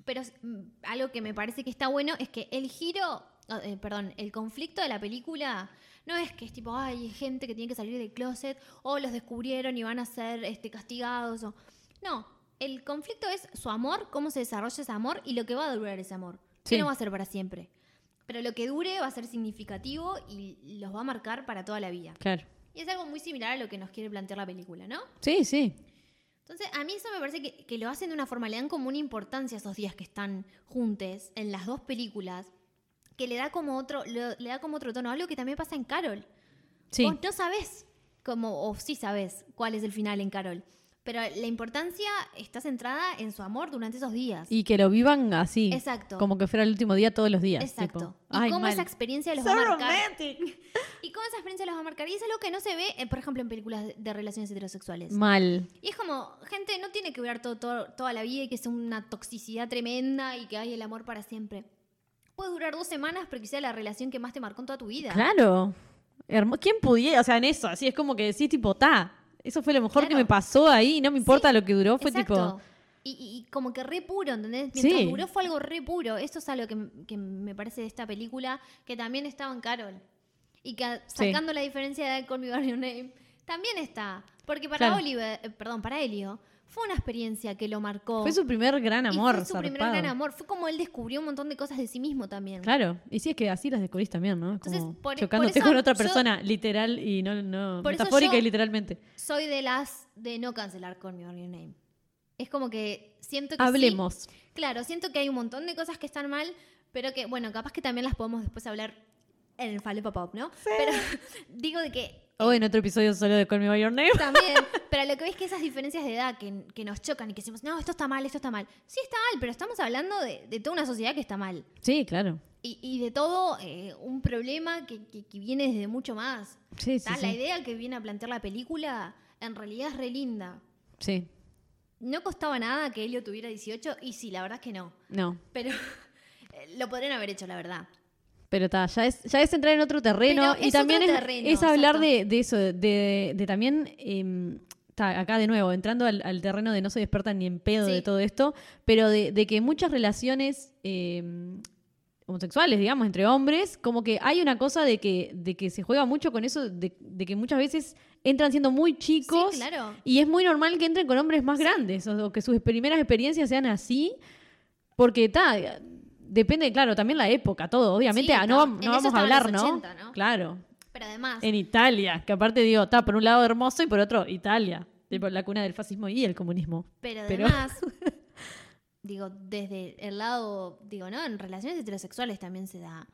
S2: Pero mm, algo que me parece que está bueno es que el giro, oh, eh, perdón, el conflicto de la película no es que es tipo, ay, hay gente que tiene que salir del closet o los descubrieron y van a ser este, castigados. O... No, el conflicto es su amor, cómo se desarrolla ese amor y lo que va a durar ese amor.
S1: Sí.
S2: Que no va a ser para siempre. Pero lo que dure va a ser significativo y los va a marcar para toda la vida.
S1: Claro.
S2: Y es algo muy similar a lo que nos quiere plantear la película, ¿no?
S1: Sí, sí.
S2: Entonces, a mí eso me parece que, que lo hacen de una forma, le dan como una importancia a esos días que están juntes en las dos películas, que le da como otro, lo- le da como otro tono, algo que también pasa en Carol.
S1: Sí.
S2: Vos no sabés, como, o sí sabés cuál es el final en Carol. Pero la importancia está centrada en su amor durante esos días.
S1: Y que lo vivan así.
S2: Exacto.
S1: Como que fuera el último día todos los días.
S2: Exacto.
S1: tipo.
S2: Y
S1: Ay,
S2: cómo
S1: mal.
S2: esa experiencia los va a marcar. Y cómo esa experiencia los va a marcar. Y es algo que no se ve, eh, por ejemplo, en películas de- de relaciones heterosexuales.
S1: Mal.
S2: Y es como, gente, no tiene que durar todo, todo- toda la vida y que sea una toxicidad tremenda y que hay el amor para siempre. Puede durar dos semanas, pero que sea la relación que más te marcó en toda tu vida.
S1: Claro. Hermo- ¿Quién pudiera? O sea, en eso, así es como que decís, tipo, ta. Eso fue lo mejor que
S2: Claro.
S1: me pasó ahí. No me importa
S2: Sí,
S1: lo que duró. Fue
S2: Exacto.
S1: tipo.
S2: Y, y- y como que re puro, ¿entendés? Mientras
S1: Sí.
S2: duró fue algo re puro. Esto es algo que, m- que me parece de esta película, que también estaba en Carol. Y que a-
S1: Sí.
S2: sacando la diferencia de Call Me By Your Name, también está. Porque para
S1: Claro.
S2: Oliver, eh, perdón, para Elio, fue una experiencia que lo marcó.
S1: Fue su primer gran
S2: Y
S1: amor.
S2: fue su primer
S1: zarpado.
S2: gran amor. Fue como él descubrió un montón de cosas de sí mismo también.
S1: Claro, y sí es que así las descubrís también, ¿no? Es Como
S2: Entonces, por- e-,
S1: chocándote
S2: por eso
S1: con otra
S2: yo-
S1: persona, literal y no, no
S2: Por eso
S1: metafórica
S2: yo-
S1: y literalmente.
S2: Soy de las de no cancelar Call Me By Your Name. Es como que siento que sí, Eh,
S1: Hablemos.
S2: Claro, siento que hay un montón de cosas que están mal, pero que, bueno, capaz que también las podemos después hablar en el Falepa Pop, ¿no? Pero digo de que
S1: O en otro episodio solo de Call Me By Your Name.
S2: también, pero lo que ves que esas diferencias de edad que, que nos chocan y que decimos, no, esto está mal, esto está mal. Sí está mal, pero estamos hablando de, de toda una sociedad que está mal.
S1: Sí, claro.
S2: Y, y de todo eh, un problema que, que- que viene desde mucho más.
S1: Sí, sí,
S2: ¿Tá? La
S1: sí.
S2: idea que viene a plantear la película en realidad es re linda.
S1: Sí,
S2: No costaba nada que Helio tuviera 18 y sí, la verdad es que no.
S1: no.
S2: Pero eh, lo podrían haber hecho, la verdad.
S1: Pero ta, ya es, ya es entrar en otro terreno
S2: Pero
S1: y
S2: es
S1: también
S2: otro
S1: es,
S2: terreno,
S1: es hablar
S2: exacto.
S1: de, de eso, de, de, también, em, ta, acá de nuevo, entrando al, al terreno de no soy experta ni en pedo
S2: Sí.
S1: de todo esto, pero de, de que muchas relaciones em, homosexuales, digamos, entre hombres, como que hay una cosa de que, de que se juega mucho con eso, de, de que muchas veces entran siendo muy chicos.
S2: Sí, claro.
S1: Y es muy normal que entren con hombres más grandes o, o que sus primeras experiencias sean así, porque ta, depende, claro, también la época, todo, obviamente.
S2: Sí,
S1: ah, no
S2: ta,
S1: vam-
S2: en
S1: no
S2: eso
S1: vamos a
S2: estaban
S1: hablar,
S2: los
S1: ¿no?
S2: 80, ¿no?
S1: Claro,
S2: Pero además,
S1: en Italia, que aparte digo, está por un lado hermoso y por otro Italia, tipo, la cuna del fascismo y el comunismo.
S2: pero
S1: pero-
S2: además, digo, desde el lado, digo, ¿no? En relaciones heterosexuales también se da.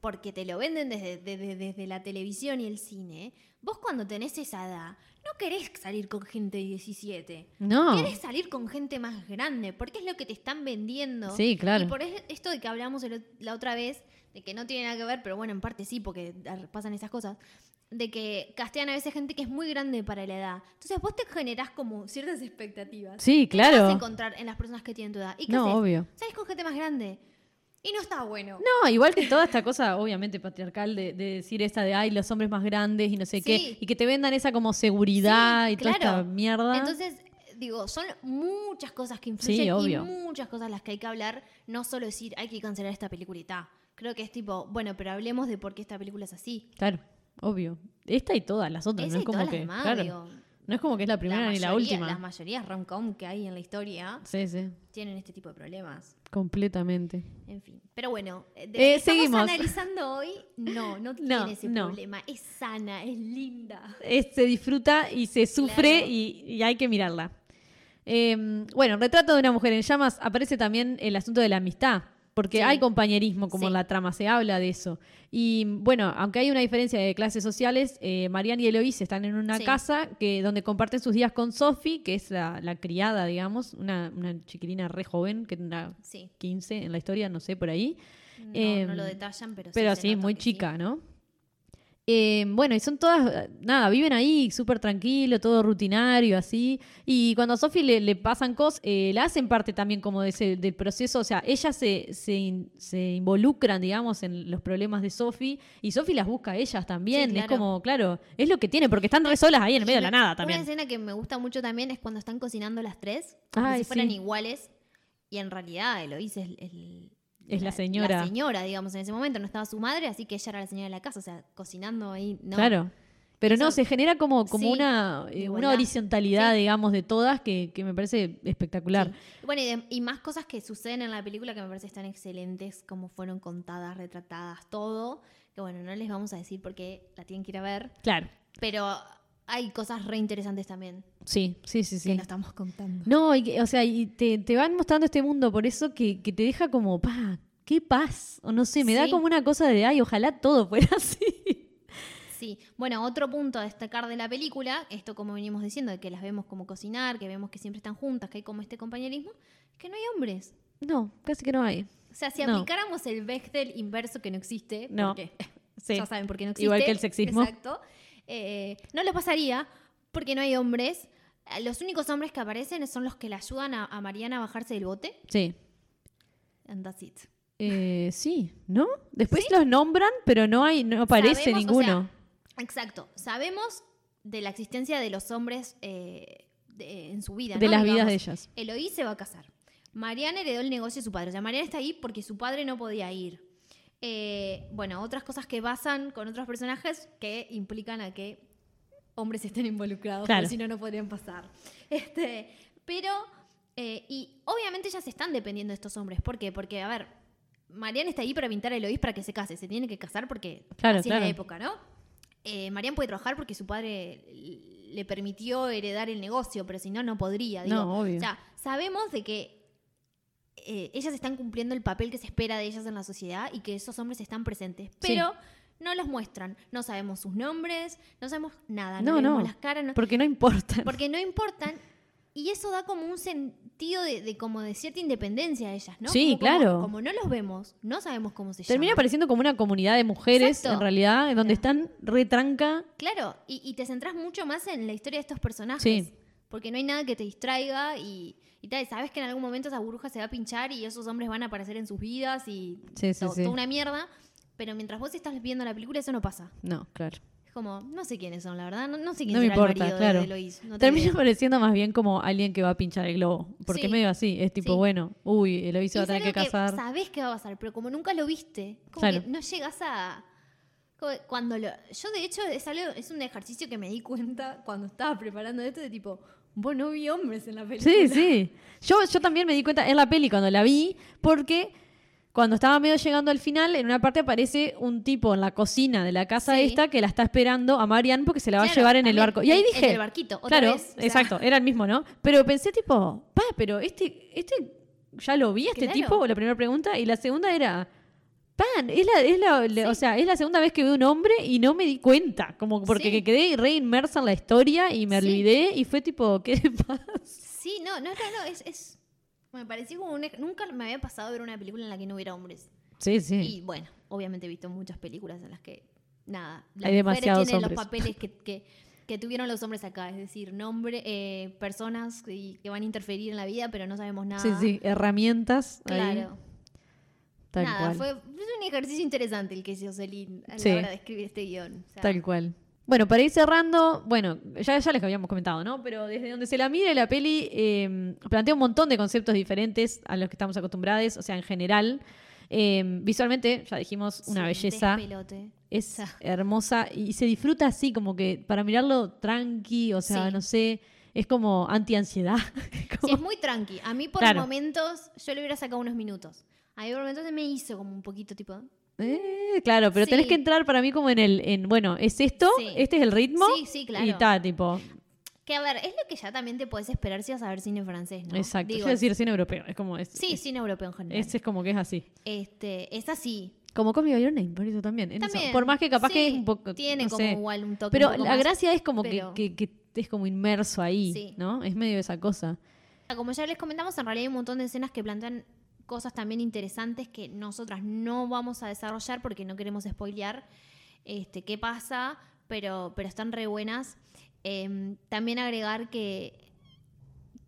S2: Porque te lo venden desde, desde, desde la televisión y el cine. Vos cuando tenés esa edad, no querés salir con gente de 17.
S1: No.
S2: Querés salir con gente más grande, porque es lo que te están vendiendo.
S1: Sí, claro.
S2: Y por es- esto de que hablamos el ot- la otra vez, de que no tiene nada que ver, pero bueno, en parte sí, porque ar- pasan esas cosas, de que castean a veces gente que es muy grande para la edad. Entonces vos te generás como ciertas expectativas.
S1: Sí,
S2: ¿Qué vas a
S1: claro.
S2: encontrar en las personas que tienen tu edad. ¿Y qué
S1: No,
S2: haces?
S1: obvio.
S2: Salís con gente más grande. Y no está bueno.
S1: No, igual que toda esta cosa, obviamente, patriarcal de, de decir esta de, ay, los hombres más grandes y no sé
S2: Sí.
S1: qué, y que te vendan esa como
S2: Sí,
S1: seguridad y toda
S2: claro.
S1: esta mierda.
S2: Entonces, digo, son muchas cosas que influyen
S1: obvio.
S2: y muchas cosas las que hay que hablar, no solo decir hay que cancelar esta película y ta. Creo que es tipo, bueno, pero hablemos de por qué esta película es así.
S1: Claro, obvio. Esta y todas las otras,
S2: Esa
S1: no
S2: y
S1: es como
S2: todas
S1: que.
S2: las demás,
S1: claro,
S2: digo,
S1: no es como que es la primera ni la
S2: mayoría-
S1: última.
S2: Las mayorías rom-com que hay en la historia
S1: Sí, sí,
S2: tienen este tipo de problemas.
S1: completamente.
S2: En fin. Pero bueno, eh, de lo que
S1: Eh,
S2: estamos
S1: seguimos.
S2: analizando hoy, no, no tiene ese
S1: no.
S2: problema. Es sana, es linda.
S1: Es- se disfruta y se sufre
S2: Claro.
S1: y, y hay que mirarla. Eh, bueno, retrato de una mujer en llamas aparece también el asunto de la amistad, porque
S2: Sí.
S1: hay compañerismo como
S2: Sí.
S1: en la trama, se habla de eso. Y bueno, aunque hay una diferencia de clases sociales, eh, Marianne y Eloise están en una
S2: Sí.
S1: casa que, donde comparten sus días con Sophie, que es la, la criada, digamos, una, una chiquilina re joven, que tendrá
S2: Sí.
S1: 15 en la historia, no sé, por ahí.
S2: No,
S1: Eh,
S2: no lo detallan, pero sí.
S1: Pero
S2: se
S1: sí,
S2: nota
S1: muy
S2: que sí.
S1: chica, ¿no? Eh, bueno, y son todas, eh, nada, viven ahí súper tranquilo, todo rutinario, así. Y cuando a Sophie le, le pasan cosas, eh, la hacen parte también como de ese- del proceso, o sea, ellas se, se, in- se involucran, digamos, en los problemas de Sophie y Sophie las busca a ellas también.
S2: Sí,
S1: Es
S2: claro.
S1: como, claro, es lo que tiene, porque están re solas ahí en el medio de la
S2: Una-
S1: nada también.
S2: Una escena que me gusta mucho también es cuando están cocinando las tres, como
S1: Ay,
S2: si fueran
S1: sí.
S2: iguales, y en realidad Eloís es, el-
S1: Es la señora.
S2: La señora, digamos, en ese momento no estaba su madre, así que ella era la señora de la casa, o sea, cocinando ahí, ¿no?
S1: Claro. Pero
S2: Eso-
S1: no, se genera como, como
S2: Sí,
S1: una, eh, una
S2: igualdad.
S1: horizontalidad,
S2: Sí.
S1: digamos, de todas que, que me parece espectacular.
S2: Sí. Bueno, y, de- y más cosas que suceden en la película que me parece están excelentes, como fueron contadas, retratadas, todo, que bueno, no les vamos a decir porque la tienen que ir a ver,
S1: Claro.
S2: pero hay cosas re interesantes también
S1: Sí, sí, sí,
S2: que
S1: sí.
S2: no estamos contando.
S1: No, y que- o sea, y te, te van mostrando este mundo, por eso que, que te deja como, pa, qué paz. O no sé, me da
S2: Sí.
S1: como una cosa de, ay, ojalá todo fuera así.
S2: Sí, bueno, otro punto a destacar de la película, esto como venimos diciendo, de que las vemos como cocinar, que vemos que siempre están juntas, que hay como este compañerismo, es que no hay hombres.
S1: No, casi que no hay.
S2: O sea, si
S1: No.
S2: aplicáramos el Bechtel inverso que no existe,
S1: No.
S2: porque
S1: Sí.
S2: ya saben por qué no existe.
S1: Igual que el sexismo.
S2: Exacto. Eh, no le pasaría porque no hay hombres. Eh, Los únicos hombres que aparecen son los que le ayudan a, a Mariana a bajarse del bote.
S1: Sí.
S2: And that's it.
S1: Eh, sí, ¿no? Después los nombran, pero no hay, no aparece
S2: Sabemos, o
S1: ninguno.
S2: sea, exacto. Sabemos de la existencia de los hombres eh, de- en su vida.
S1: de
S2: ¿no?
S1: las
S2: Digamos,
S1: vidas de ellas.
S2: Eloí se va a casar. Mariana heredó el negocio de su padre. O sea, Mariana está ahí porque su padre no podía ir. Eh, bueno, otras cosas que pasan con otros personajes que implican a que hombres estén involucrados,
S1: Claro.
S2: porque si no, no podrían pasar. Este, pero, eh, y obviamente ellas están dependiendo de estos hombres. ¿Por qué? Porque, a ver, Mariana está ahí para pintar a Eloís para que se case. Se tiene que casar porque
S1: Claro,
S2: así es
S1: claro.
S2: la época, ¿no? Eh, Mariana puede trabajar porque su padre le permitió heredar el negocio, pero si no, no podría. Digo,
S1: No, obvio.
S2: O sea, sabemos de que eh, ellas están cumpliendo el papel que se espera de ellas en la sociedad y que esos hombres están presentes, pero no los muestran. No sabemos sus nombres, no sabemos nada, no,
S1: No,
S2: vemos
S1: no.
S2: las caras, no-
S1: Porque no importa.
S2: porque no importan. Y eso da como un sentido de, de como de cierta independencia a ellas, ¿no?
S1: Sí,
S2: Como- como-
S1: claro.
S2: Como, no los vemos, no sabemos cómo se
S1: Termina
S2: llaman.
S1: pareciendo como una comunidad de mujeres,
S2: Exacto.
S1: en realidad, en donde
S2: Claro.
S1: están retranca.
S2: Claro, y, y te centras mucho más en la historia de estos personajes.
S1: Sí.
S2: Porque no hay nada que te distraiga y, y tal. Sabes que en algún momento esa burbuja se va a pinchar y esos hombres van a aparecer en sus vidas y
S1: Sí, sí,
S2: to-
S1: sí.
S2: toda una mierda. Pero mientras vos estás viendo la película, eso no pasa.
S1: No, claro.
S2: Es como, no sé quiénes son, la verdad. No, no sé quién
S1: No me
S2: será el
S1: importa,
S2: marido de-
S1: claro.
S2: de Lois. No tengo
S1: Termina
S2: idea.
S1: pareciendo más bien como alguien que va a pinchar el globo. Porque
S2: Sí.
S1: es medio así, es tipo,
S2: Sí.
S1: bueno, uy, el aviso va a tener que casar.
S2: Sabes que va a pasar, pero como nunca lo viste, como
S1: Claro.
S2: que no llegas a. como que Cuando lo, yo, de hecho, es, algo, es un ejercicio que me di cuenta cuando estaba preparando esto de tipo, vos no vi hombres en la película.
S1: Sí, sí. Yo, yo también me di cuenta en la peli cuando la vi, porque cuando estaba medio llegando al final, en una parte aparece un tipo en la cocina de la casa
S2: Sí.
S1: esta que la está esperando a Marianne porque se la va a
S2: Claro,
S1: llevar en el
S2: también,
S1: barco. Y ahí
S2: en- en
S1: dije.
S2: el barquito, otra
S1: claro,
S2: vez, o sea.
S1: exacto, era el mismo, ¿no? Pero pensé tipo, pa, pero este, este, ya lo vi a este
S2: Claro.
S1: tipo, la primera pregunta, y la segunda era. Pan, es la, es la- la- o sea, es la segunda vez que veo un hombre y no me di cuenta, como porque
S2: Sí.
S1: que quedé re inmersa en la historia y me
S2: Sí.
S1: olvidé y fue tipo, ¿qué pasa?
S2: Sí, no, no, no, no, es. es me pareció como un. ej- Nunca me había pasado ver una película en la que no hubiera hombres.
S1: Sí, sí.
S2: Y bueno, obviamente he visto muchas películas en las que. Nada. Las
S1: Hay
S2: mujeres
S1: demasiados
S2: tienen
S1: hombres.
S2: los papeles que, que, que tuvieron los hombres acá. Es decir, nombre, eh, personas que, que van a interferir en la vida, pero no sabemos nada.
S1: Sí, sí, herramientas. ahí,
S2: Claro.
S1: tal
S2: nada,
S1: cual.
S2: fue es un ejercicio interesante el que hizo Celine a la
S1: Sí.
S2: hora de escribir este guión. O sea,
S1: Tal cual. Bueno, para ir cerrando, bueno, ya, ya les habíamos comentado, ¿no? Pero desde donde se la mire la peli eh, plantea un montón de conceptos diferentes a los que estamos acostumbrados, o sea, en general. Eh, visualmente, ya dijimos,
S2: sí,
S1: una
S2: un
S1: belleza.
S2: despelote.
S1: Es
S2: O sea.
S1: hermosa y se disfruta así, como que para mirarlo tranqui, o sea,
S2: Sí.
S1: no sé, es como anti-ansiedad.
S2: Sí,
S1: Como-
S2: es muy tranqui. A mí por
S1: Claro.
S2: momentos, yo le hubiera sacado unos minutos. A mí por momentos se me hizo como un poquito tipo...
S1: Eh, claro, pero
S2: Sí.
S1: tenés que entrar para mí como en el, en, bueno, es esto,
S2: Sí.
S1: este es el ritmo.
S2: Sí, sí, claro.
S1: Y está, tipo,
S2: Que a ver, es lo que ya también te podés esperar si vas a ver cine francés, ¿no?
S1: Exacto.
S2: Digo,
S1: Yo iba a decir cine europeo. Es como es,
S2: Sí,
S1: es,
S2: cine europeo en general.
S1: es- es como que es así.
S2: Este, es así.
S1: Como Call Me by Your Name, por eso también. en eso.
S2: También,
S1: Por más que capaz que
S2: sí,
S1: es un poco.
S2: tiene
S1: no
S2: como
S1: sé.
S2: igual un toque
S1: Pero
S2: un poco
S1: la
S2: más.
S1: gracia es como que-
S2: pero-
S1: que, que es como inmerso ahí,
S2: Sí.
S1: ¿no? Es medio esa cosa.
S2: Como ya les comentamos, en realidad hay un montón de escenas que plantean cosas también interesantes que nosotras no vamos a desarrollar porque no queremos spoilear este, qué pasa, pero, pero están re buenas. Em, también agregar que,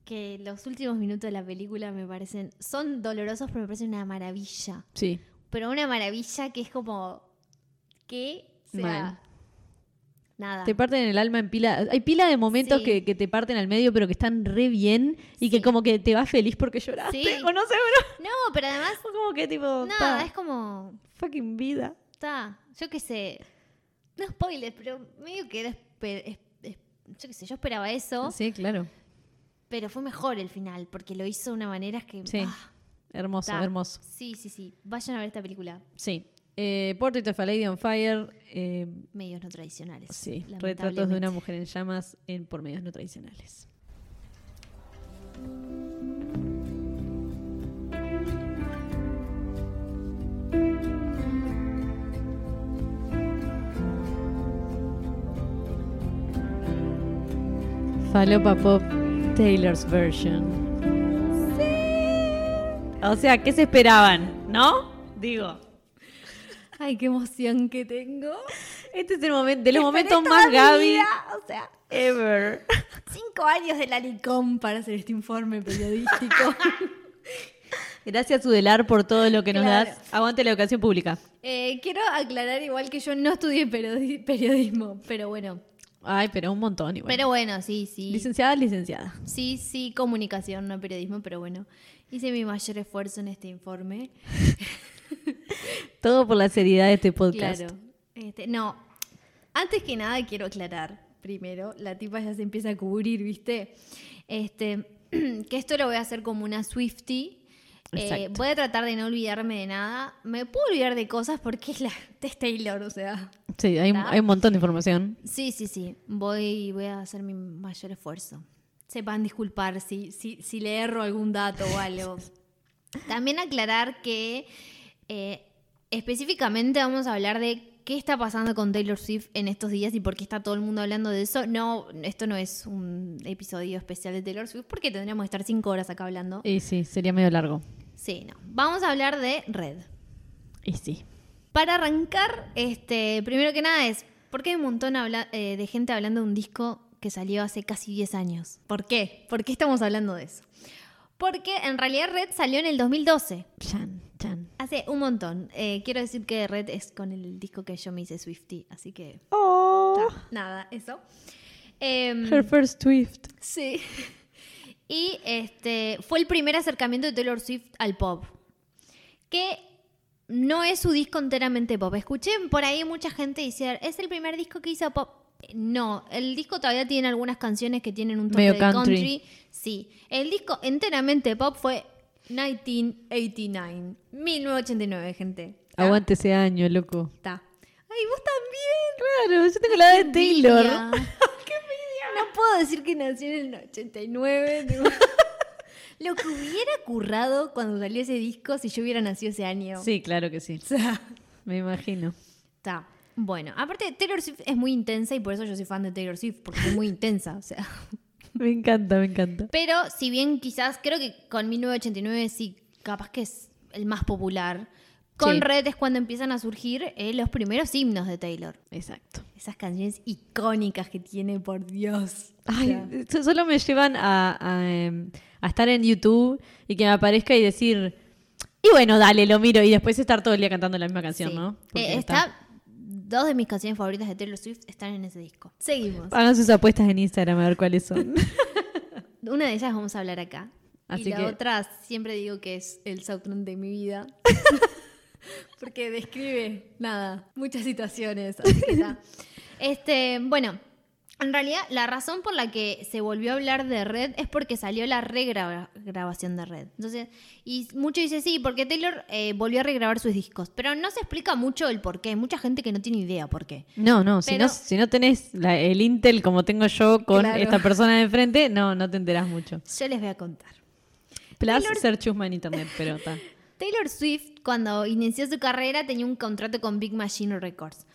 S2: que los últimos minutos de la película me parecen, son dolorosos, pero me parecen una maravilla.
S1: Sí.
S2: Pero una maravilla que es como, que
S1: Mal.
S2: Nada.
S1: Te parten el alma en pila. Hay pila de momentos
S2: Sí.
S1: que, que te parten al medio, pero que están re bien y que
S2: Sí.
S1: como que te vas feliz porque lloraste.
S2: Sí.
S1: O no sé, bro.
S2: No, pero además,
S1: Como que tipo.
S2: nada,
S1: pa,
S2: es como...
S1: Fucking vida.
S2: Está, yo qué sé. No spoilers, pero medio que era. espe- es- es- Yo qué sé, yo esperaba eso,
S1: Sí, claro.
S2: pero fue mejor el final, porque lo hizo de una manera que.
S1: Sí.
S2: ah,
S1: Hermoso,
S2: está.
S1: hermoso.
S2: Sí, sí, sí. Vayan a ver esta película.
S1: Sí. Eh, Portrait of a Lady on Fire. eh,
S2: Medios no tradicionales.
S1: sí, retratos de
S2: lamentablemente.
S1: una mujer en llamas en, por medios no tradicionales. Falopa Pop Taylor's version. O sea, ¿qué se esperaban? ¿No? Digo.
S2: Ay, qué emoción que tengo.
S1: Este es el momento, de los
S2: Esperé
S1: momentos
S2: toda
S1: más
S2: mi
S1: Gaby
S2: vida, O sea,
S1: ever.
S2: cinco años de la LICOM para hacer este informe periodístico.
S1: Gracias, Udelar, por todo lo que nos
S2: Claro.
S1: das. Aguante la educación pública.
S2: Eh, quiero aclarar igual que yo no estudié periodi- periodismo, pero bueno.
S1: Ay, pero un montón igual.
S2: Pero bueno, sí, sí.
S1: Licenciada, licenciada.
S2: Sí, sí, comunicación, no periodismo, pero bueno. Hice mi mayor esfuerzo en este informe.
S1: Todo por la seriedad de este podcast.
S2: Claro. Este, no, antes que nada quiero aclarar, primero, la tipa ya se empieza a cubrir, ¿viste? Este, que esto lo voy a hacer como una Swifty.
S1: Exacto.
S2: voy a tratar de no olvidarme de nada. Me puedo olvidar de cosas porque es la es Taylor, o sea.
S1: Sí, hay,
S2: ¿Está?
S1: hay un montón de información.
S2: Sí, sí, sí. Voy, voy a hacer mi mayor esfuerzo. Sepan disculpar si, si, si le erro algún dato o algo. También aclarar que eh, específicamente vamos a hablar de qué está pasando con Taylor Swift en estos días y por qué está todo el mundo hablando de eso. No, esto no es un episodio especial de Taylor Swift porque tendríamos que estar cinco horas acá hablando.
S1: Y sí, sería medio largo.
S2: Sí, no. Vamos a hablar de Red.
S1: Y sí.
S2: Para arrancar, este, primero que nada es, ¿por qué hay un montón habla- eh, de gente hablando de un disco que salió hace casi 10 años? ¿Por qué? ¿Por qué estamos hablando de eso? Porque en realidad Red salió en el 2012,
S1: Chan, chan.
S2: hace un montón. Eh, quiero decir que Red es con el disco que yo me hice Swifty, así que
S1: Oh,
S2: ta, nada, eso. Em,
S1: her first Swift.
S2: sí. Y este, fue el primer acercamiento de Taylor Swift al pop. que no es su disco enteramente pop. Escuché por ahí mucha gente decir, es el primer disco que hizo pop. No, el disco todavía tiene algunas canciones que tienen un toque
S1: Medio
S2: de
S1: country.
S2: country. Sí, el disco enteramente pop fue 1989, 1989, gente. ¿Está?
S1: Aguante ese año, loco.
S2: Está. Ay, vos también.
S1: Claro, yo tengo la edad de Taylor.
S2: Envidia. No puedo decir que nació en el 89. digo. Lo que hubiera currado cuando salió ese disco si yo hubiera nacido ese año.
S1: Sí, claro que sí.
S2: O sea,
S1: Me imagino.
S2: Está. Bueno, aparte Taylor Swift es muy intensa y por eso yo soy fan de Taylor Swift, porque es muy intensa, o sea.
S1: Me encanta, me encanta.
S2: Pero si bien quizás, creo que con 1989 sí, capaz que es el más popular. Con
S1: Sí.
S2: Red es cuando empiezan a surgir eh, los primeros himnos de Taylor.
S1: Exacto.
S2: Esas canciones icónicas que tiene, por Dios. O sea,
S1: Ay, so- solo me llevan a, a, em, a estar en YouTube y que me aparezca y decir, y bueno, dale, lo miro, y después estar todo el día cantando la misma canción,
S2: sí.
S1: ¿no? Porque
S2: Eh, está, dos de mis canciones favoritas de Taylor Swift están en ese disco. Seguimos.
S1: Hagan sus apuestas en Instagram a ver cuáles son.
S2: Una de ellas vamos a hablar acá.
S1: Así
S2: y la
S1: que-
S2: otra siempre digo que es el soundtrack de mi vida. Porque describe, nada, muchas situaciones. así que está. Este, bueno, en realidad la razón por la que se volvió a hablar de Red es porque salió la regrabación de Red. Entonces, y muchos dicen sí, porque Taylor eh, volvió a regrabar sus discos. Pero no se explica mucho el por qué. Hay mucha gente que no tiene idea por qué.
S1: No, no, si,
S2: Pero-
S1: no si no tenés la- el Intel como tengo yo con
S2: Claro.
S1: esta persona de enfrente, no, no te enterás mucho.
S2: Yo les voy a contar.
S1: Plus ser chusma en internet, pero está.
S2: Taylor Swift, cuando inició su carrera, tenía un contrato con Big Machine Records.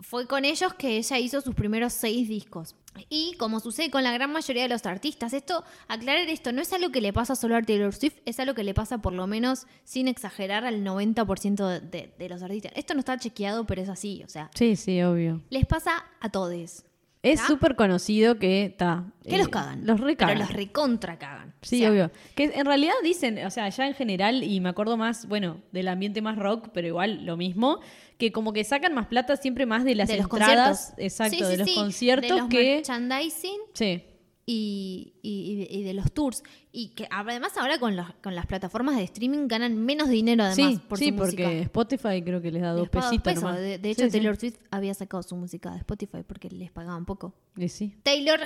S2: Fue con ellos que ella hizo sus primeros seis discos. Y como sucede con la gran mayoría de los artistas, esto, aclarar esto, no es algo que le pasa solo a Taylor Swift, es algo que le pasa por lo menos, sin exagerar, al 90% de, de- de los artistas. Esto no está chequeado, pero es así, o sea,
S1: Sí, sí, obvio.
S2: les pasa a todos.
S1: Es
S2: ¿Tá?
S1: súper conocido que está.
S2: Que los cagan.
S1: Eh, Los recagan.
S2: Pero los recontra cagan.
S1: Sí,
S2: O sea,
S1: obvio. Que en realidad dicen, o sea, ya en general, y me acuerdo más, bueno, del ambiente más rock, pero igual lo mismo, que como que sacan más plata siempre más de las
S2: de los
S1: entradas,
S2: conciertos.
S1: exacto,
S2: Sí, sí,
S1: de los
S2: sí,
S1: conciertos
S2: de los
S1: que...
S2: merchandising
S1: Sí,
S2: y, y- y de- y de los tours. Y que además ahora con, los- con las plataformas de streaming ganan menos dinero además
S1: sí,
S2: por
S1: sí
S2: su
S1: porque
S2: música.
S1: Spotify creo que les da dos
S2: Les paga dos
S1: pesitos
S2: pesos.
S1: nomás.
S2: De, de
S1: Sí,
S2: hecho,
S1: sí.
S2: Taylor Swift había sacado su música de Spotify porque les pagaban poco.
S1: Y sí.
S2: Taylor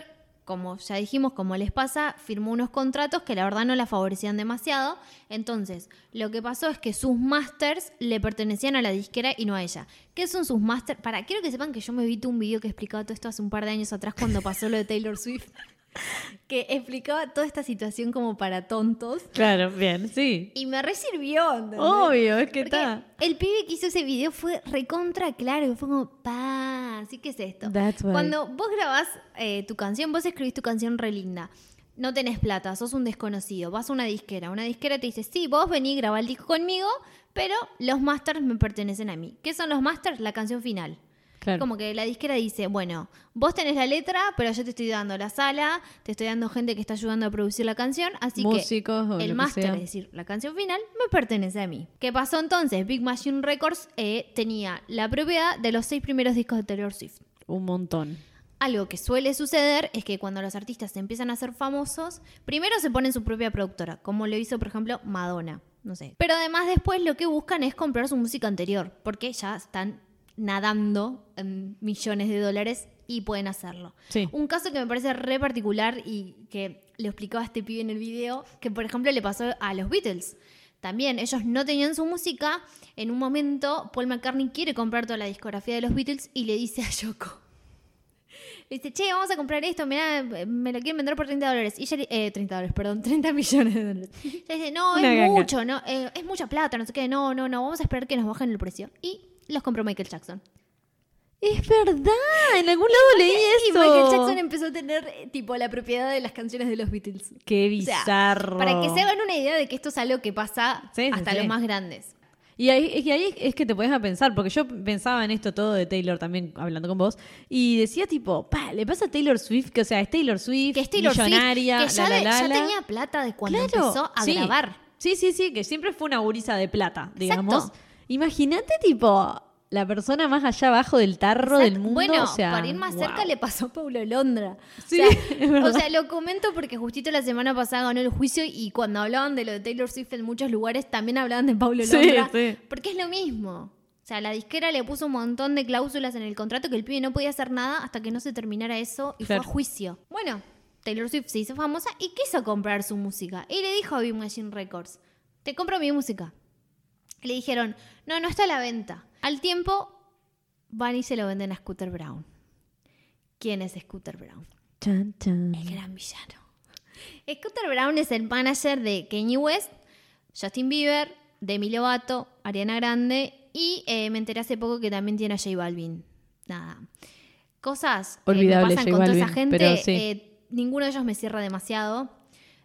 S2: como ya dijimos, como les pasa, firmó unos contratos que la verdad no la favorecían demasiado. Entonces, lo que pasó es que sus masters le pertenecían a la disquera y no a ella. ¿Qué son sus masters? Para, quiero que sepan que yo me vi un video que explicaba todo esto hace un par de años atrás cuando pasó lo de Taylor Swift. Que explicaba toda esta situación como para tontos.
S1: Claro, bien, sí.
S2: Y me resirvió. ¿entendés?
S1: Obvio, es que
S2: Porque
S1: está.
S2: El pibe que hizo ese video fue recontra claro. y Fue como, pa, así que es esto.
S1: That's right.
S2: Cuando vos grabás eh, tu canción, vos escribís tu canción re linda. No tenés plata, sos un desconocido. Vas a una disquera. Una disquera te dice, sí, vos vení, grabá el disco conmigo, pero los masters me pertenecen a mí. ¿Qué son los masters? La canción final.
S1: Claro.
S2: Como que la disquera dice, bueno, vos tenés la letra, pero yo te estoy dando la sala, te estoy dando gente que está ayudando a producir la canción, así
S1: Músicos o
S2: que
S1: lo que
S2: el máster,
S1: sea.
S2: es decir, la canción final, me pertenece a mí. ¿Qué pasó entonces? Big Machine Records eh, tenía la propiedad de los seis primeros discos de Taylor Swift.
S1: Un montón.
S2: Algo que suele suceder es que cuando los artistas se empiezan a ser famosos, primero se ponen su propia productora, como lo hizo por ejemplo Madonna, no sé. Pero además después lo que buscan es comprar su música anterior, porque ya están nadando en millones de dólares y pueden hacerlo.
S1: Sí.
S2: Un caso que me parece re particular y que lo explicaba este pibe en el video, que por ejemplo le pasó a los Beatles. También ellos no tenían su música. En un momento Paul McCartney quiere comprar toda la discografía de los Beatles y le dice a Yoko. Le dice, che, vamos a comprar esto, mirá, me lo quieren vender por 30 dólares. Y ella le- eh, 30 dólares, perdón, 30 millones de dólares. Ella dice, no,
S1: Una
S2: es
S1: ganga.
S2: mucho, no, eh, es mucha plata, no sé qué, no, no, no, vamos a esperar que nos bajen el precio. Y los compró Michael Jackson.
S1: Es verdad, en algún lado leí
S2: Y
S1: eso.
S2: Michael Jackson empezó a tener eh, tipo la propiedad de las canciones de los Beatles.
S1: Qué
S2: O sea,
S1: bizarro.
S2: para que se hagan una idea de que esto es algo que pasa
S1: Sí, sí,
S2: hasta
S1: sí.
S2: los más grandes.
S1: Y ahí, es que ahí es que te podés a pensar, porque yo pensaba en esto todo de Taylor también, hablando con vos, y decía tipo, pa, le pasa a Taylor Swift, que o sea, es Taylor Swift,
S2: Que es Taylor Swift,
S1: millonaria,
S2: que ya,
S1: la, la,
S2: de-
S1: la,
S2: ya
S1: la.
S2: tenía plata de cuando
S1: Claro,
S2: empezó a
S1: sí.
S2: grabar.
S1: Sí, sí, sí, que siempre fue una gurisa de plata, digamos.
S2: Exacto.
S1: Imagínate tipo la persona más allá abajo del tarro del
S2: Exacto.
S1: mundo.
S2: Bueno,
S1: o sea,
S2: para ir más
S1: wow.
S2: cerca le pasó a Paulo Londra.
S1: Sí,
S2: o,
S1: es
S2: sea,
S1: verdad.
S2: o sea, lo comento porque justito la semana pasada ganó el juicio y cuando hablaban de lo de Taylor Swift en muchos lugares también hablaban de Paulo
S1: Sí,
S2: Londra.
S1: sí.
S2: Porque es lo mismo. O sea, la disquera le puso un montón de cláusulas en el contrato que el pibe no podía hacer nada hasta que no se terminara eso y
S1: Claro.
S2: fue a juicio. Bueno, Taylor Swift se hizo famosa y quiso comprar su música. Y le dijo a Big Machine Records, te compro mi música. Le dijeron, no, no está a la venta. Al tiempo, van y se lo venden a Scooter Brown. ¿Quién es Scooter Brown?
S1: Chan, chan.
S2: El gran villano. Scooter Brown es el manager de Kanye West, Justin Bieber, Demi Lovato, Ariana Grande y eh, me enteré hace poco que también tiene a J Balvin. Nada. Cosas que me
S1: Olvidable
S2: pasan
S1: J
S2: con toda esa
S1: Balvin,
S2: gente.
S1: pero sí.
S2: eh, ninguno de ellos me cierra demasiado.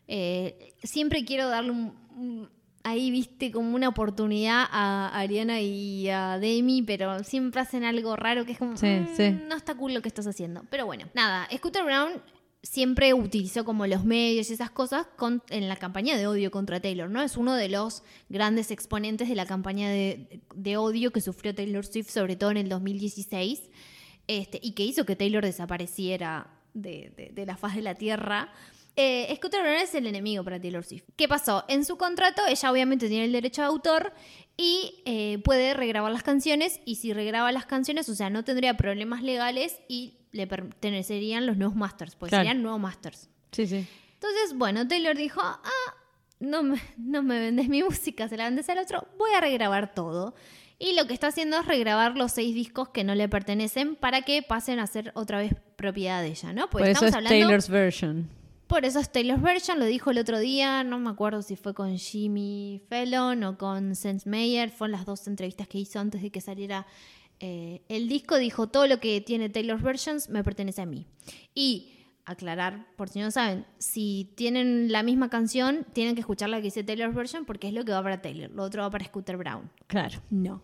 S2: Eh, siempre quiero darle un, un- Ahí viste como una oportunidad a Ariana y a Demi, pero siempre hacen algo raro que es como.
S1: Sí,
S2: "Mm,
S1: sí.
S2: no está cool lo que estás haciendo. Pero bueno, nada, Scooter Brown siempre utilizó como los medios y esas cosas con- en la campaña de odio contra Taylor, ¿no? Es uno de los grandes exponentes de la campaña de, de odio que sufrió Taylor Swift, sobre todo en el 2016, este, y que hizo que Taylor desapareciera de, de- de la faz de la Tierra. Eh, Scooter Brown es el enemigo para Taylor Swift. ¿Qué pasó? En su contrato, ella obviamente tiene el derecho de autor y eh, puede regrabar las canciones. Y si regraba las canciones, o sea, no tendría problemas legales y le pertenecerían los nuevos masters, pues
S1: Claro.
S2: serían nuevos masters.
S1: Sí, sí.
S2: Entonces, bueno, Taylor dijo, ah, no me, no me vendes mi música, se la vendes al otro, voy a regrabar todo. Y lo que está haciendo es regrabar los seis discos que no le pertenecen para que pasen a ser otra vez propiedad de ella, ¿no? Pues
S1: Por eso es Taylor's version.
S2: por eso es Taylor's Version, lo dijo el otro día, no me acuerdo si fue con Jimmy Fallon o con Sense Meyer, fueron las dos entrevistas que hizo antes de que saliera eh, el disco, dijo todo lo que tiene Taylor's Versions me pertenece a mí. Y aclarar, por si no saben, si tienen la misma canción, tienen que escuchar la que dice Taylor's Version porque es lo que va para Taylor, lo otro va para Scooter Brown.
S1: Claro.
S2: No.